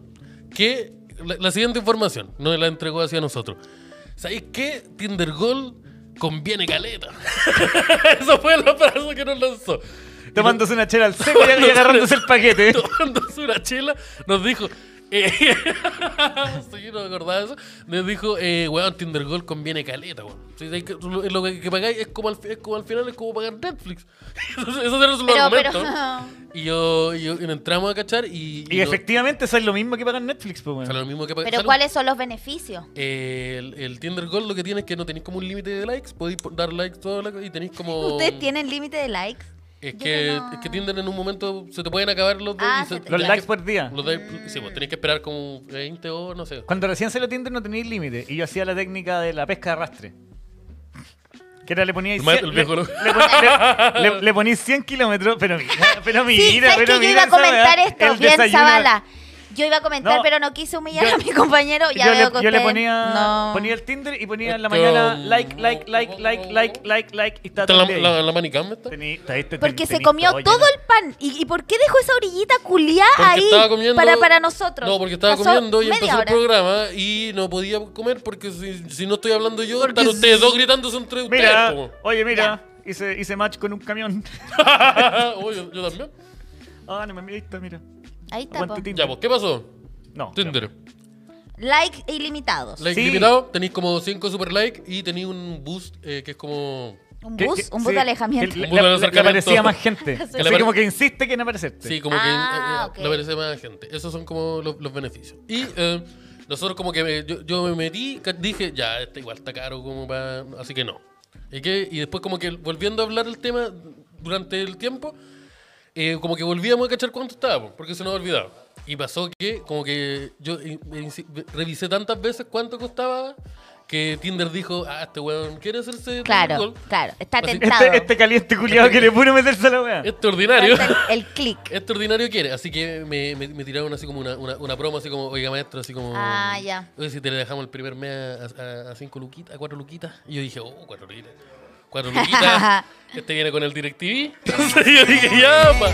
S2: que la, la siguiente información no la entregó hacia nosotros. ¿Sabéis qué? Tinder Gold conviene caleta. Esa fue la frase que nos lanzó.
S3: Tomándose una chela al seco y y agarrándose el paquete.
S2: Tomándose una chela, nos dijo. Eh, sí, no me acordaba de eso. Nos dijo, eh, weón, Tinder Gold conviene caleta, weón. Sí, hay que- lo, lo que, que pagáis es como, al, fi- es como al final, es como pagar Netflix. Esos esos eran los
S1: Pero, pero.
S2: argumentos. Y yo, y yo- y nos entramos a cachar y.
S3: Y
S2: no-
S3: efectivamente, eso es lo mismo que pagan Netflix, pues,
S2: sale
S3: weón.
S2: lo mismo que pag-
S1: Pero,
S2: sale-
S1: ¿cuáles son los beneficios?
S2: Eh, El, el Tinder Gold lo que tiene es que no tenéis como un límite de likes, podéis po- dar likes todo la, co- y tenéis como.
S1: ¿Ustedes tienen límite de likes?
S2: Es
S1: Yo
S2: que,
S1: no.
S2: es que Tinder en un momento se te pueden acabar los, dos
S1: Ah,
S2: y se-
S1: se te-
S3: Los
S2: tenés
S3: likes
S2: que-
S3: por día.
S2: los likes- sí, vos tenés que esperar como 20 o no sé.
S3: Cuando recién salió Tinder no teníais límite. Y yo hacía la técnica de la pesca de arrastre. Que era, le poníais
S2: El ma-
S3: 100,
S2: el
S3: le,
S2: viejo loco.
S3: le pon- le- le- le poníais 100 kilómetros, pero mira, pero mira,
S1: Sí, sabes
S3: pero
S1: que yo
S3: mira
S1: iba a
S3: esa
S1: comentar
S3: weá,
S1: esto,
S3: el
S1: bien
S3: desayuno.
S1: Zavala. Yo iba a comentar,
S3: No,
S1: pero no quise humillar
S3: yo-
S1: a mi compañero. Ya
S3: yo
S1: veo
S3: le,
S1: que
S3: yo le
S1: ustedes-
S3: ponía,
S1: no.
S3: ponía el Tinder y ponía en la
S2: Esto-
S3: mañana like, like, like, like, like, like, like, y está
S2: ¿Está
S3: todo
S2: la,
S3: el día ahí.
S2: la, la manicam esta? Porque
S3: Tení- tení- tení-
S1: Porque se
S3: tení
S1: comió
S3: lleno.
S1: todo el pan. ¿Y, y por qué dejó esa orillita culiá ahí
S2: estaba comiendo-
S1: para, para nosotros?
S2: No, porque estaba
S1: Pasó
S2: comiendo y
S1: media
S2: empezó el
S1: hora.
S2: programa y no podía comer porque si, si no estoy hablando yo, están ustedes dos gritándose entre ustedes.
S3: Mira,
S2: po.
S3: oye, mira, hice, hice match con un camión.
S2: Oh, yo, yo también.
S3: Ah, no me miriste, mira.
S1: Ahí está.
S3: Aguante
S1: po.
S3: Tinder.
S2: Ya, pues, ¿qué pasó?
S3: No.
S2: Tinder.
S1: Likes ilimitados.
S2: Like
S3: Sí.
S2: limitado, tenéis como 5 super like y tenéis un boost eh, que es como.
S1: Un
S3: Que-
S1: bus,
S3: que-
S1: un bus
S3: sí,
S1: de alejamiento.
S3: que le-
S2: Un bus de
S3: le- le- le aparecía
S2: acercamiento.
S3: más gente. Así
S2: apare-
S3: como que insiste que en aparecerte.
S2: Sí, como
S1: Ah,
S2: que
S1: ok.
S2: eh, eh, le parece más gente. Esos son como los, los beneficios. Y eh, nosotros como que me- yo, yo me metí, ca- dije, ya, este igual está caro como para... Así que no. ¿Y, que, y después como que volviendo a hablar el tema durante el tiempo, eh, como que volvíamos a cachar cuánto estaba, po, porque se nos olvidaba. Y pasó que como que yo eh, me insi- revisé tantas veces cuánto costaba que Tinder dijo, ah, este weón quiere hacerse...
S1: Claro,
S2: Tinder Gold".
S1: claro. Está
S2: Así-
S1: tentado.
S3: Este, este caliente culiado que le puro meterse a la weá.
S2: Extraordinario.
S1: Falta El, el click.
S2: Extraordinario quiere, así que me, me- me tiraron así como una, una, una promo, así como, oiga maestro, así como...
S1: Ah, ya.
S2: Oye, si te le dejamos el primer mes a- a, a cinco luquitas, a cuatro luquitas. Y yo dije, oh, cuatro luquitas. Cuatro luquitas. este viene con el DirecTV. Entonces yo dije, ya, pa.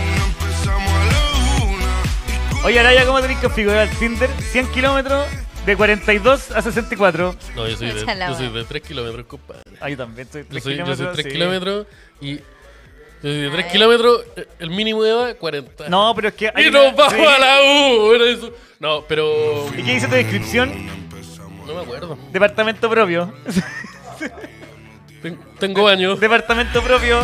S3: Oye, Araya, ¿cómo tenés que configurar Tinder? 100 kilómetros de 42 a 64.
S2: No, yo soy de,
S1: Chala,
S2: yo soy
S1: weón.
S2: de tres kilómetros, compadre.
S3: Ah, yo también soy 3
S2: Yo soy, yo
S3: kilómetros.
S2: soy tres
S3: sí.
S2: kilómetros y... Yo soy de tres kilómetros, eh, el mínimo de edad, 40.
S3: No, pero es que. hay
S2: Y
S3: una-
S2: nos vamos
S3: sí.
S2: a la U. Era eso. No, pero...
S3: ¿Y qué dice tu descripción?
S2: No me acuerdo.
S3: Departamento propio.
S2: Ten- Tengo años.
S3: Departamento propio.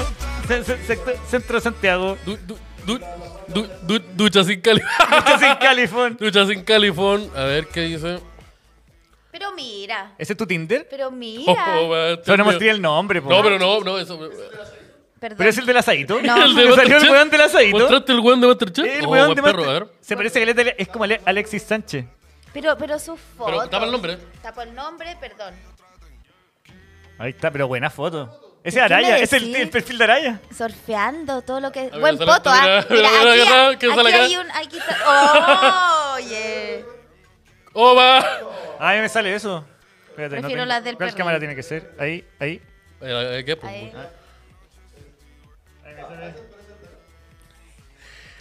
S3: Se- se- sector- centro de Santiago.
S2: Du- du- du- Du- du- ducha sin califón.
S3: Muchas sin califón.
S2: ducha sin califón. A ver qué dice.
S1: Pero mira,
S3: ¿Ese es tu Tinder?
S1: pero mira.
S2: Oh, va,
S3: Pero no hemos
S2: tío.
S3: tenido el nombre, po.
S2: No, pero no, no, eso.
S1: Perdón.
S3: ¿Pero es el del asadito?
S1: No.
S3: ¿El
S1: ¿El de
S3: salió el
S2: Masterchef?
S3: weón del asadito?
S2: ¿Mostraste el weón de Masterchef?
S3: El
S2: Oh,
S3: weón
S2: buen
S3: de
S2: perro,
S3: Master-
S2: a ver.
S3: Se parece que es como Ale- Alexis Sánchez.
S1: Pero, pero su foto.
S2: tapa el nombre.
S1: Tapa el nombre, perdón.
S3: Ahí está, pero buena foto. Ese es
S1: ¿Qué me
S3: Araya, es el,
S1: decís?
S3: el perfil de Araya.
S1: Surfeando todo lo que
S2: ver,
S1: Buen
S2: sale-
S1: poto, ¿ah?
S2: mira,
S1: Mira,
S2: mira,
S1: aquí, aquí
S2: mira, que sale acá.
S1: hay un... Aquí está... ¡Oh, yeah!
S2: ¡Oh, va!
S3: A mí Ah, me sale eso. Espérate,
S1: Prefiero
S3: tengo-
S1: las del
S3: ¿Cuál
S1: perrito.
S3: cámara tiene que ser? Ahí, ahí.
S2: Eh, eh, ¿Qué? pues,
S1: Ahí.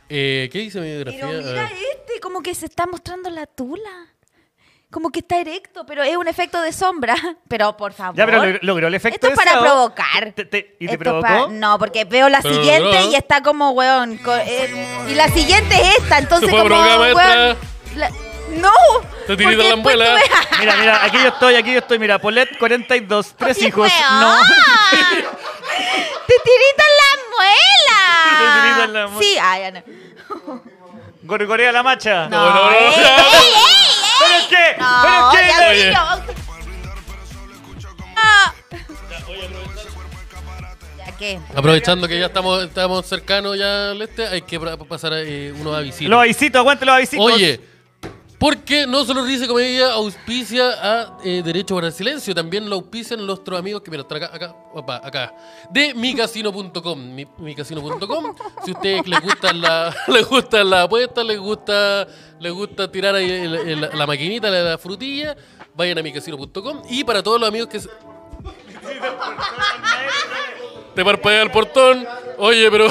S2: Eh, ¿Qué dice mi biografía?
S1: Pero
S2: A
S1: mira
S3: eh,
S2: ver.
S1: este, como que se está mostrando la tula. Como que está erecto, pero es un efecto de sombra. Pero por favor.
S3: Ya, pero log- logró el efecto
S1: Esto es para
S3: deseado.
S1: provocar.
S3: Te- te- ¿Y te
S1: Esto
S3: provocó?
S1: pa- No, porque veo la
S2: Pero
S1: siguiente
S2: logró, ¿eh?
S1: y está como, weón. co- eh, y la siguiente es esta, entonces
S2: fue
S1: como,
S2: programa
S1: weón. la- ¡No! porque
S2: Te tiré de la
S1: después tú
S2: ambuela.
S1: ves-
S3: Mira, mira, aquí yo estoy, aquí yo estoy. Mira, Polet 42, tres
S1: Oye,
S3: hijos.
S1: weón.
S3: No.
S1: ¡Te tirita la muela!
S3: Te tirita en la muela.
S1: Sí, ah, ya no.
S3: Gorgorea la macha.
S2: No, no, no,
S1: ¡Ey, ey,
S2: no.
S1: ey!
S3: ¿Pero qué?
S1: No,
S3: ¿Pero qué?
S1: ya lo
S2: Oye.
S1: vi yo. Ah. ¿Ya qué?
S2: Aprovechando que ya estamos, estamos cercanos ya al este, hay que pra- pasar a, eh, unos avisitos.
S3: Los avisitos, aguante los avisitos.
S2: Oye, ¿por qué no solo Risa y Comedia auspicia a eh, Derecho para el Silencio? También lo auspician nuestros amigos que, mira, están acá, acá, papá, acá, de micasino.com. mi- Micasino.com. Si a ustedes les gusta la, les gusta la apuesta, les gusta, les gusta tirar ahí el- el- la, maquinita, la, la frutilla, vayan a micasino.com. Y para todos los amigos que... se- Te parpadea el portón. Oye, pero...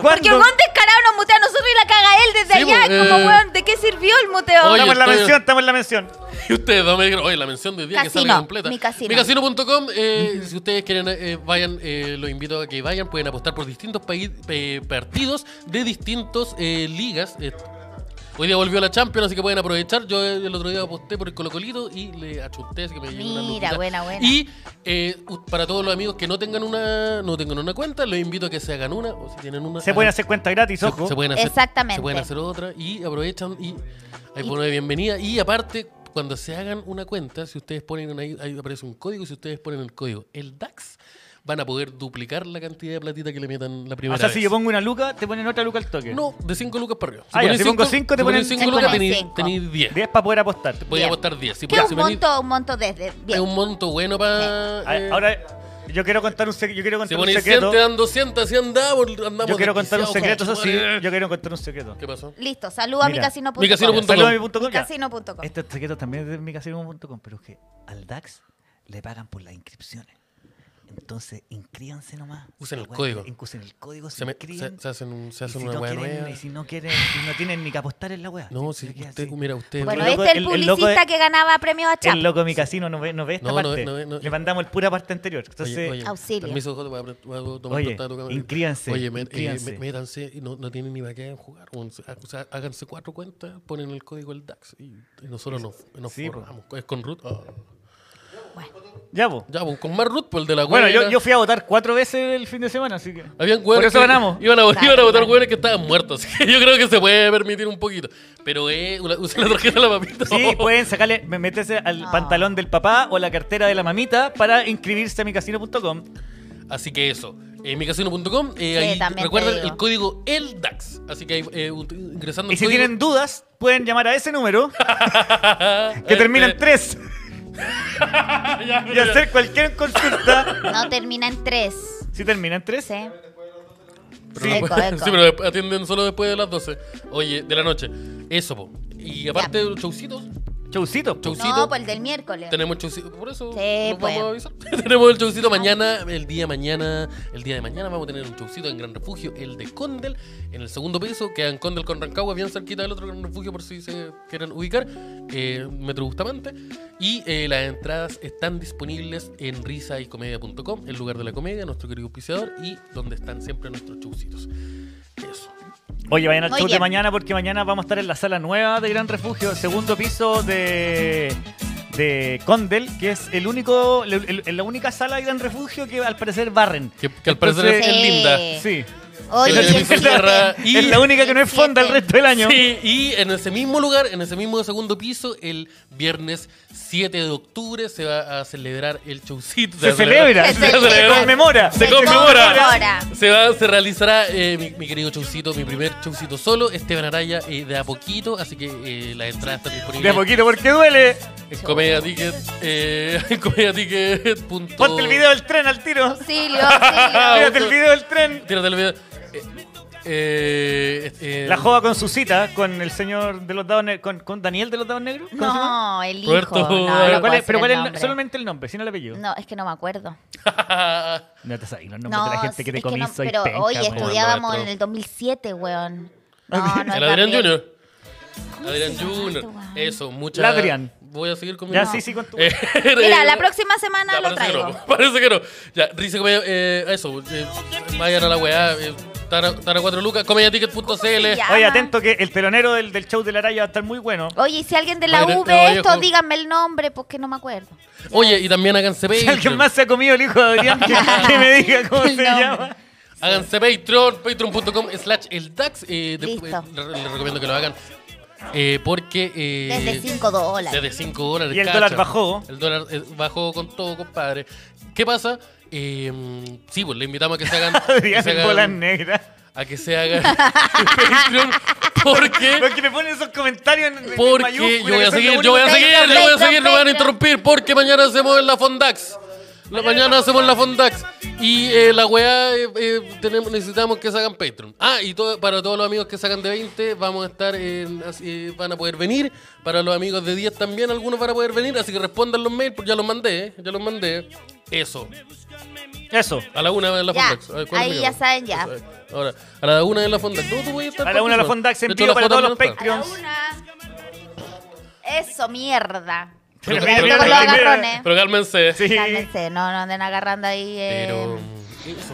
S1: Porque
S3: cuándo?
S1: un descarado nos mutea a nosotros y la caga él desde
S2: Sí,
S1: allá.
S2: pues,
S1: como,
S2: eh.
S1: weón, ¿de qué sirvió el muteo?
S2: Oye,
S3: Estamos en la
S2: estoy-
S3: mención, estamos en la mención.
S2: Y ustedes dos me dijeron, oye, la mención de hoy día que
S1: Casino,
S2: sale completa.
S1: mi casino.
S2: Micasino.com, eh, si ustedes quieren, eh, vayan, eh, los invito a que vayan, pueden apostar por distintos paí- pe- partidos de distintos eh, ligas. eh. hoy día volvió la Champions, así que pueden aprovechar. Yo eh, el otro día aposté por el Colocolito y le achunté, así que me llegó una
S1: Mira,
S2: luquita.
S1: buena, buena.
S2: Y eh, u- para todos los amigos que no tengan una no tengan una cuenta, los invito a que se hagan una, o si tienen una...
S3: Se pueden
S2: hagan-
S3: hacer cuenta gratis,
S2: Ah. se-
S3: ojo.
S2: Se, pueden hacer,
S1: Exactamente.
S2: Se pueden hacer otra y aprovechan y hay bono de bienvenida. Y aparte, cuando se hagan una cuenta, si ustedes ponen ahí, ahí aparece un código, si ustedes ponen el código, el DAX, van a poder duplicar la cantidad de platita que le metan la primera
S3: O sea,
S2: vez.
S3: si yo pongo una luca, te ponen otra luca al toque.
S2: No, de 5 lucas para arriba.
S3: Ah, ya, si pongo cinco, te ponen-
S2: 5
S1: Te
S2: lucas,
S1: ponen
S2: tenéis
S1: cinco.
S2: 10.
S3: 10 para poder apostar.
S2: Voy a
S1: Bien.
S2: apostar 10. Si
S1: Que
S2: ponés-
S1: es
S2: si
S1: un
S2: ponés-
S1: monto, un monto desde. Bien.
S2: Es un monto bueno eh, para...
S3: A- Ahora, yo quiero contar un, sec- yo quiero
S2: si
S3: contar un
S2: ponéis 100,
S3: secreto.
S2: te dan 200, si andamos, andamos
S3: Yo quiero contar un
S2: desquiciados,
S3: secreto, eso sí.
S2: conchetumare.
S3: Yo quiero contar un secreto.
S2: ¿Qué pasó?
S1: Listo, saluda a
S3: Mira.
S1: micasino.com.
S2: Micasino.com.
S3: Saludos a mi punto com, ya.
S1: Micasino.com.
S3: Este secreto también es de micasino.com, pero es que al DAX le pagan por las inscripciones. Entonces, inscríbanse nomás.
S2: Usen el
S3: Aguante,
S2: código.
S3: Usen el código, se,
S2: Se, me-
S3: inscriben.
S2: se- se hacen, un- se
S3: y
S2: hacen
S3: si
S2: una
S3: no
S2: hueá
S3: quieren,
S2: nueva.
S3: y si no quieren, y no tienen ni que apostar en la wea.
S2: No,
S3: Se
S2: si
S3: queda
S2: usted,
S3: así.
S2: mira, usted...
S3: Porque
S1: Bueno,
S3: el loco-
S1: este es el
S3: el loco
S1: publicista
S3: es-
S1: que ganaba premios a Chap.
S3: El loco de mi casino no ve, no ve esta
S2: No, no
S3: parte.
S2: ve, no ve, no-
S3: Le mandamos el pura parte anterior. Entonces,
S1: Auxilio.
S2: Permiso, Jota, voy a, pre- voy a tomar
S3: Oye,
S2: prestado tu cámara.
S3: inscríbanse,
S2: Oye, met- eh,
S3: inscríbanse.
S2: met- métanse y no, no tienen ni para qué jugar. O sea, háganse cuatro cuentas, ponen el código el DAX y, y nosotros nos, nos
S3: Sí, po.
S2: forramos. Es con root. ah.
S3: ya, po.
S2: Ya, pues, con más root, pues el de la
S3: Bueno,
S2: hueá
S3: yo,
S2: era-
S3: yo fui a votar cuatro veces el fin de semana, así que.
S2: Habían
S3: Por
S2: hueones
S3: eso
S2: que
S3: ganamos.
S2: Iban a,
S1: Claro,
S2: iban a votar
S1: bueno.
S2: hueones que estaban muertos. Así que yo creo que se puede permitir un poquito. Pero, eh, una- usen la tarjeta de la papita.
S3: Sí, pueden sacarle, me- meterse al
S1: No.
S3: pantalón del papá o la cartera de la mamita para inscribirse a micasino.com.
S2: Así que eso. Eh, micasino.com. Eh, ahí
S1: también te
S2: recuerden
S1: digo.
S2: el código el DAX. Así que ahí, eh, ut- ingresando
S3: Y
S2: el
S3: si
S2: código-
S3: tienen dudas, pueden llamar a ese número
S2: Este
S3: que termina en 3 y hacer cualquier consulta.
S1: No termina en tres.
S3: Si termina en 3,
S1: Sí.
S2: Pero
S1: Sí.
S2: no
S3: pues,
S1: Eco,
S2: pueden-
S1: eco.
S2: sí, pero atienden solo después de las 12. Oye, de la noche. Eso, po. Y aparte de los showcitos,
S3: chaucito.
S2: Showcito.
S1: No, pues el del miércoles.
S2: tenemos el showcito. Por eso
S1: Sí,
S2: nos
S1: pues.
S2: vamos a avisar. tenemos el showcito mañana, el día de mañana. El día de mañana vamos a tener un showcito en Gran Refugio, el de Condel, en el segundo piso. Queda en Condel con Rancagua, bien cerquita del otro Gran Refugio, por si se quieren ubicar. Eh, Metro Bustamante. Y eh, las entradas están disponibles en risaycomedia.com, el lugar de la comedia, nuestro querido auspiciador, y donde están siempre nuestros showcitos. Eso.
S3: Oye, vayan al
S1: Muy
S3: show de
S1: bien.
S3: mañana porque mañana vamos a estar en la sala nueva de Gran Refugio, segundo piso de, de Condel, que es el único, el- el- la única sala de Gran Refugio que al parecer barren.
S2: Que, que al parecer es
S3: Entonces-
S2: es
S1: Sí.
S2: linda.
S3: Sí.
S1: Oye, qué
S2: Pero en Inglaterra-
S1: siete.
S2: y-
S3: es la única que no es fonda el
S1: siete.
S3: resto del año.
S2: Sí, y en ese mismo lugar, en ese mismo segundo piso, el viernes 7 de octubre se va a celebrar el showcito.
S3: Se celebra,
S1: Se
S3: se
S1: celebra.
S3: conmemora.
S2: Se
S1: Se
S2: conmemora.
S1: conmemora.
S2: Se, va, se realizará eh, mi, mi querido showcito, mi primer showcito solo, Esteban Araya, eh, de a poquito, así que eh, las entradas están
S3: De a
S2: disponibles
S3: poquito porque duele.
S2: en Comedia Ticket, eh, en comediaticket punto-
S3: Ponte el video del tren al tiro.
S1: Auxilio, auxilio.
S3: Mírate el video del tren.
S2: Tírate el video. Ah, Eh, eh, eh,
S3: La joda con su cita, con el señor de los dados negros, con, con Daniel de los dados negros. ¿Cómo se llama?
S1: No, el hijo.
S2: Roberto,
S1: no, no
S2: eh,
S3: Pero
S1: puedo
S3: cuál es,
S1: hacer
S3: pero cuál es
S1: el
S3: el-
S1: nombre.
S3: solamente el nombre, sin el apellido.
S1: No, es que no me acuerdo.
S2: ah,
S3: No te sabes los nombres
S1: No,
S3: de la gente que te
S1: es que
S3: comí
S1: no,
S3: soy
S1: pero
S3: penca,
S1: hoy
S3: weón.
S1: estudiábamos
S2: Roberto.
S1: en el 2007, weón. No, no
S2: El
S1: es
S2: Adrián
S1: Gabriel.
S2: Junior.
S1: ¿Cómo
S2: Adrián
S1: se llama
S2: Junior.
S1: esto, weón?
S2: Eso, muchas.
S3: Ladrián.
S2: Voy a seguir con mi-
S3: Ya,
S2: No.
S3: sí, sí, con tu...
S2: Eh,
S1: Mira,
S2: eh,
S1: la próxima semana
S2: ya,
S1: lo
S2: parece que
S1: traigo.
S2: no, Parece que no. Ya, dice que eh, eso. eh, vayan a la weá. Eh, Tara, Tara 4 Lucas, comediaticket.cl.
S1: llama?
S3: Oye, atento que el telonero del, del show de la raya va a estar muy bueno.
S1: Oye, y si alguien de la
S2: Madre-
S1: U
S2: no,
S1: ve esto,
S2: viejo.
S1: díganme el nombre, porque no me acuerdo.
S2: Oye, y también háganse
S3: Si alguien
S2: Patreon.
S3: más se ha comido el hijo de Adrián, que, que me diga cómo
S1: El
S3: se
S1: nombre.
S3: llama.
S2: Háganse Patreon, patreon.com slash el DAX. Eh, de-
S1: Listo.
S2: eh, le- les recomiendo que lo hagan. eh, porque. eh,
S1: Desde 5 dólares.
S2: Desde 5 dólares.
S3: Y el
S2: cacha.
S3: dólar bajó.
S2: El dólar eh, bajó con todo, compadre. ¿Qué pasa? Eh, sí, pues le invitamos a que se hagan. que
S3: Adrián
S2: se
S3: en bolas
S2: hagan
S3: negras.
S2: a que se hagan Patreon. Porque.
S3: Porque me ponen esos comentarios en, en
S2: Porque
S3: mayúsculas,
S2: yo voy
S3: que
S2: a
S3: son
S2: seguir,
S3: lo
S2: yo voy a
S3: único-
S2: seguir,
S1: Patreon,
S2: le voy a
S1: Patreon,
S2: seguir, no me van a
S1: Patreon.
S2: interrumpir porque mañana hacemos en la Fondax. La mañana hacemos la Fondax. Y eh, la weá, eh, eh, tenemos, necesitamos que sacan Patreon. Ah, y todo- para todos los amigos que sacan de 20, vamos a estar, en- así, eh, van a poder venir. Para los amigos de 10 también, algunos van a poder venir. Así que respondan los mails, porque ya los mandé, eh, ya los mandé. Eso,
S3: Eso.
S2: a la una de la
S1: Ya,
S2: Fondax. A ver, ¿cuál
S1: ahí
S2: me
S1: ya
S2: llamo?
S1: saben ya.
S2: Eso, eh. Ahora, a la una de la Fondax. No, tú voy a estar
S3: A la una de
S2: participando.
S3: la Fondax en
S2: De hecho,
S3: vivo
S2: la
S3: para
S2: Fondax
S3: todos los
S2: no está.
S1: A la
S3: Patreons.
S1: una. Eso, mierda.
S2: Pero-
S1: Cuidadito
S2: pero-
S1: con los
S2: pero-
S1: agarrones.
S2: Pero cálmense.
S3: Sí.
S1: Cálmense, no, no anden agarrando ahí. eh,
S2: Pero.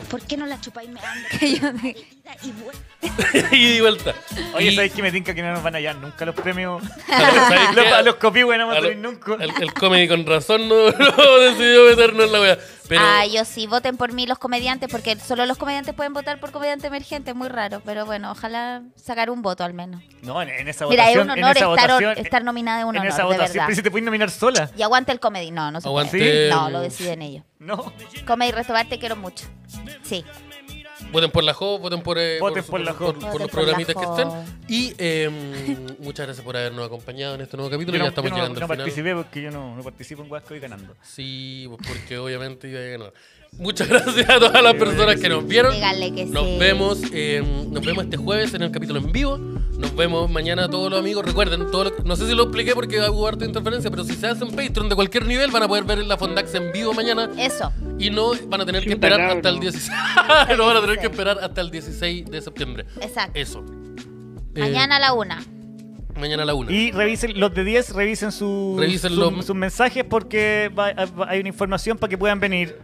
S4: ¿Por qué no la chupáis me ando
S1: que yo-
S4: ida y vuelta?
S2: y de vuelta.
S3: Oye,
S2: Y-
S3: ¿sabéis que me tinca que no nos van a hallar nunca los premios?
S2: ¿sabéis
S3: Los-
S2: qué?
S3: a los copihue no
S2: A
S3: van a
S2: lo-
S3: salir nunca.
S2: El, el comedy con razón no, no decidió meternos en la wea. Pero
S1: Ah, yo sí, voten por mí los comediantes, porque solo los comediantes pueden votar por comediante emergente, es muy raro, pero bueno, ojalá sacar un voto al menos.
S3: No, en, en esa
S1: Mira, es un
S3: votación.
S1: honor
S3: en esa
S1: estar,
S3: votación,
S1: estar nominada en un
S3: en
S1: honor,
S3: esa
S1: de
S3: votación.
S1: verdad.
S3: Pero si te puedes nominar sola.
S1: Y aguante el comedy, no, no se puede.
S2: Aguante.
S1: No, lo deciden ellos.
S3: No.
S1: Comedy Restobar, te quiero mucho. Sí.
S2: voten por la Jo, voten por, eh,
S3: Voten
S2: su-
S3: por la Jo.
S2: por, por
S1: Voten por
S2: los
S1: la
S2: programitas que
S1: Jo.
S2: estén. Y eh, muchas gracias por habernos acompañado en este nuevo
S3: Yo
S2: capítulo.
S3: no,
S2: ya estamos
S3: yo no-
S2: llegando
S3: no
S2: al final.
S3: participé porque yo no, no participo en Huasco y ganando.
S2: Sí, pues porque obviamente iba a ganar. Muchas gracias a todas las personas que nos vieron.
S1: Díganle que
S2: Nos
S1: sí.
S2: vemos, eh, nos vemos este jueves en el capítulo en vivo. Nos vemos mañana todos los amigos. Recuerden, todo lo- no sé si lo expliqué porque hubo harta interferencia, pero si se hacen Patreon de cualquier nivel van a poder ver la Fondax en vivo mañana
S1: Eso.
S2: y no van a tener que
S6: Chuta,
S2: esperar
S6: cabrón.
S2: hasta el 16. no van a tener que esperar hasta el 16 de septiembre.
S1: Exacto.
S2: Eso. Eh,
S1: Mañana a la una.
S2: mañana a la una.
S3: Y revisen, los de 10 revisen, sus-
S2: Revisen
S3: sus-
S2: los-
S3: sus mensajes porque va- eh, va- hay una información para que puedan venir.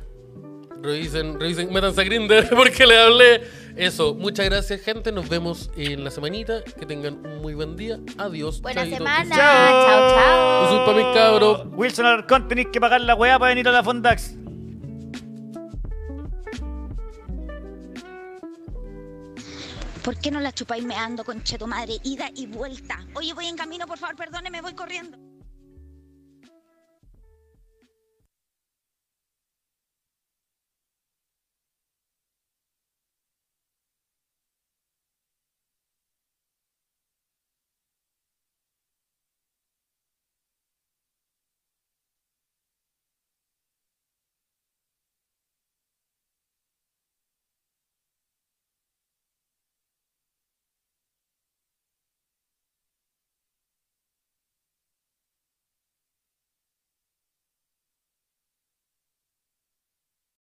S2: Revisen, revisen, métanse a Grindr porque le hablé. Eso, muchas gracias, gente. Nos vemos en la semanita. Que tengan un muy buen día. Adiós.
S1: Buena
S2: chaito.
S1: semana. Chao, chao.
S2: Eso es pa' mis cabros.
S3: Wilson Alarcón, tenéis que pagar la weá para venir a la Fondax.
S4: ¿Por qué no la chupáis me ando con cheto madre ida y vuelta? Oye, voy en camino, por favor, perdóneme, voy corriendo.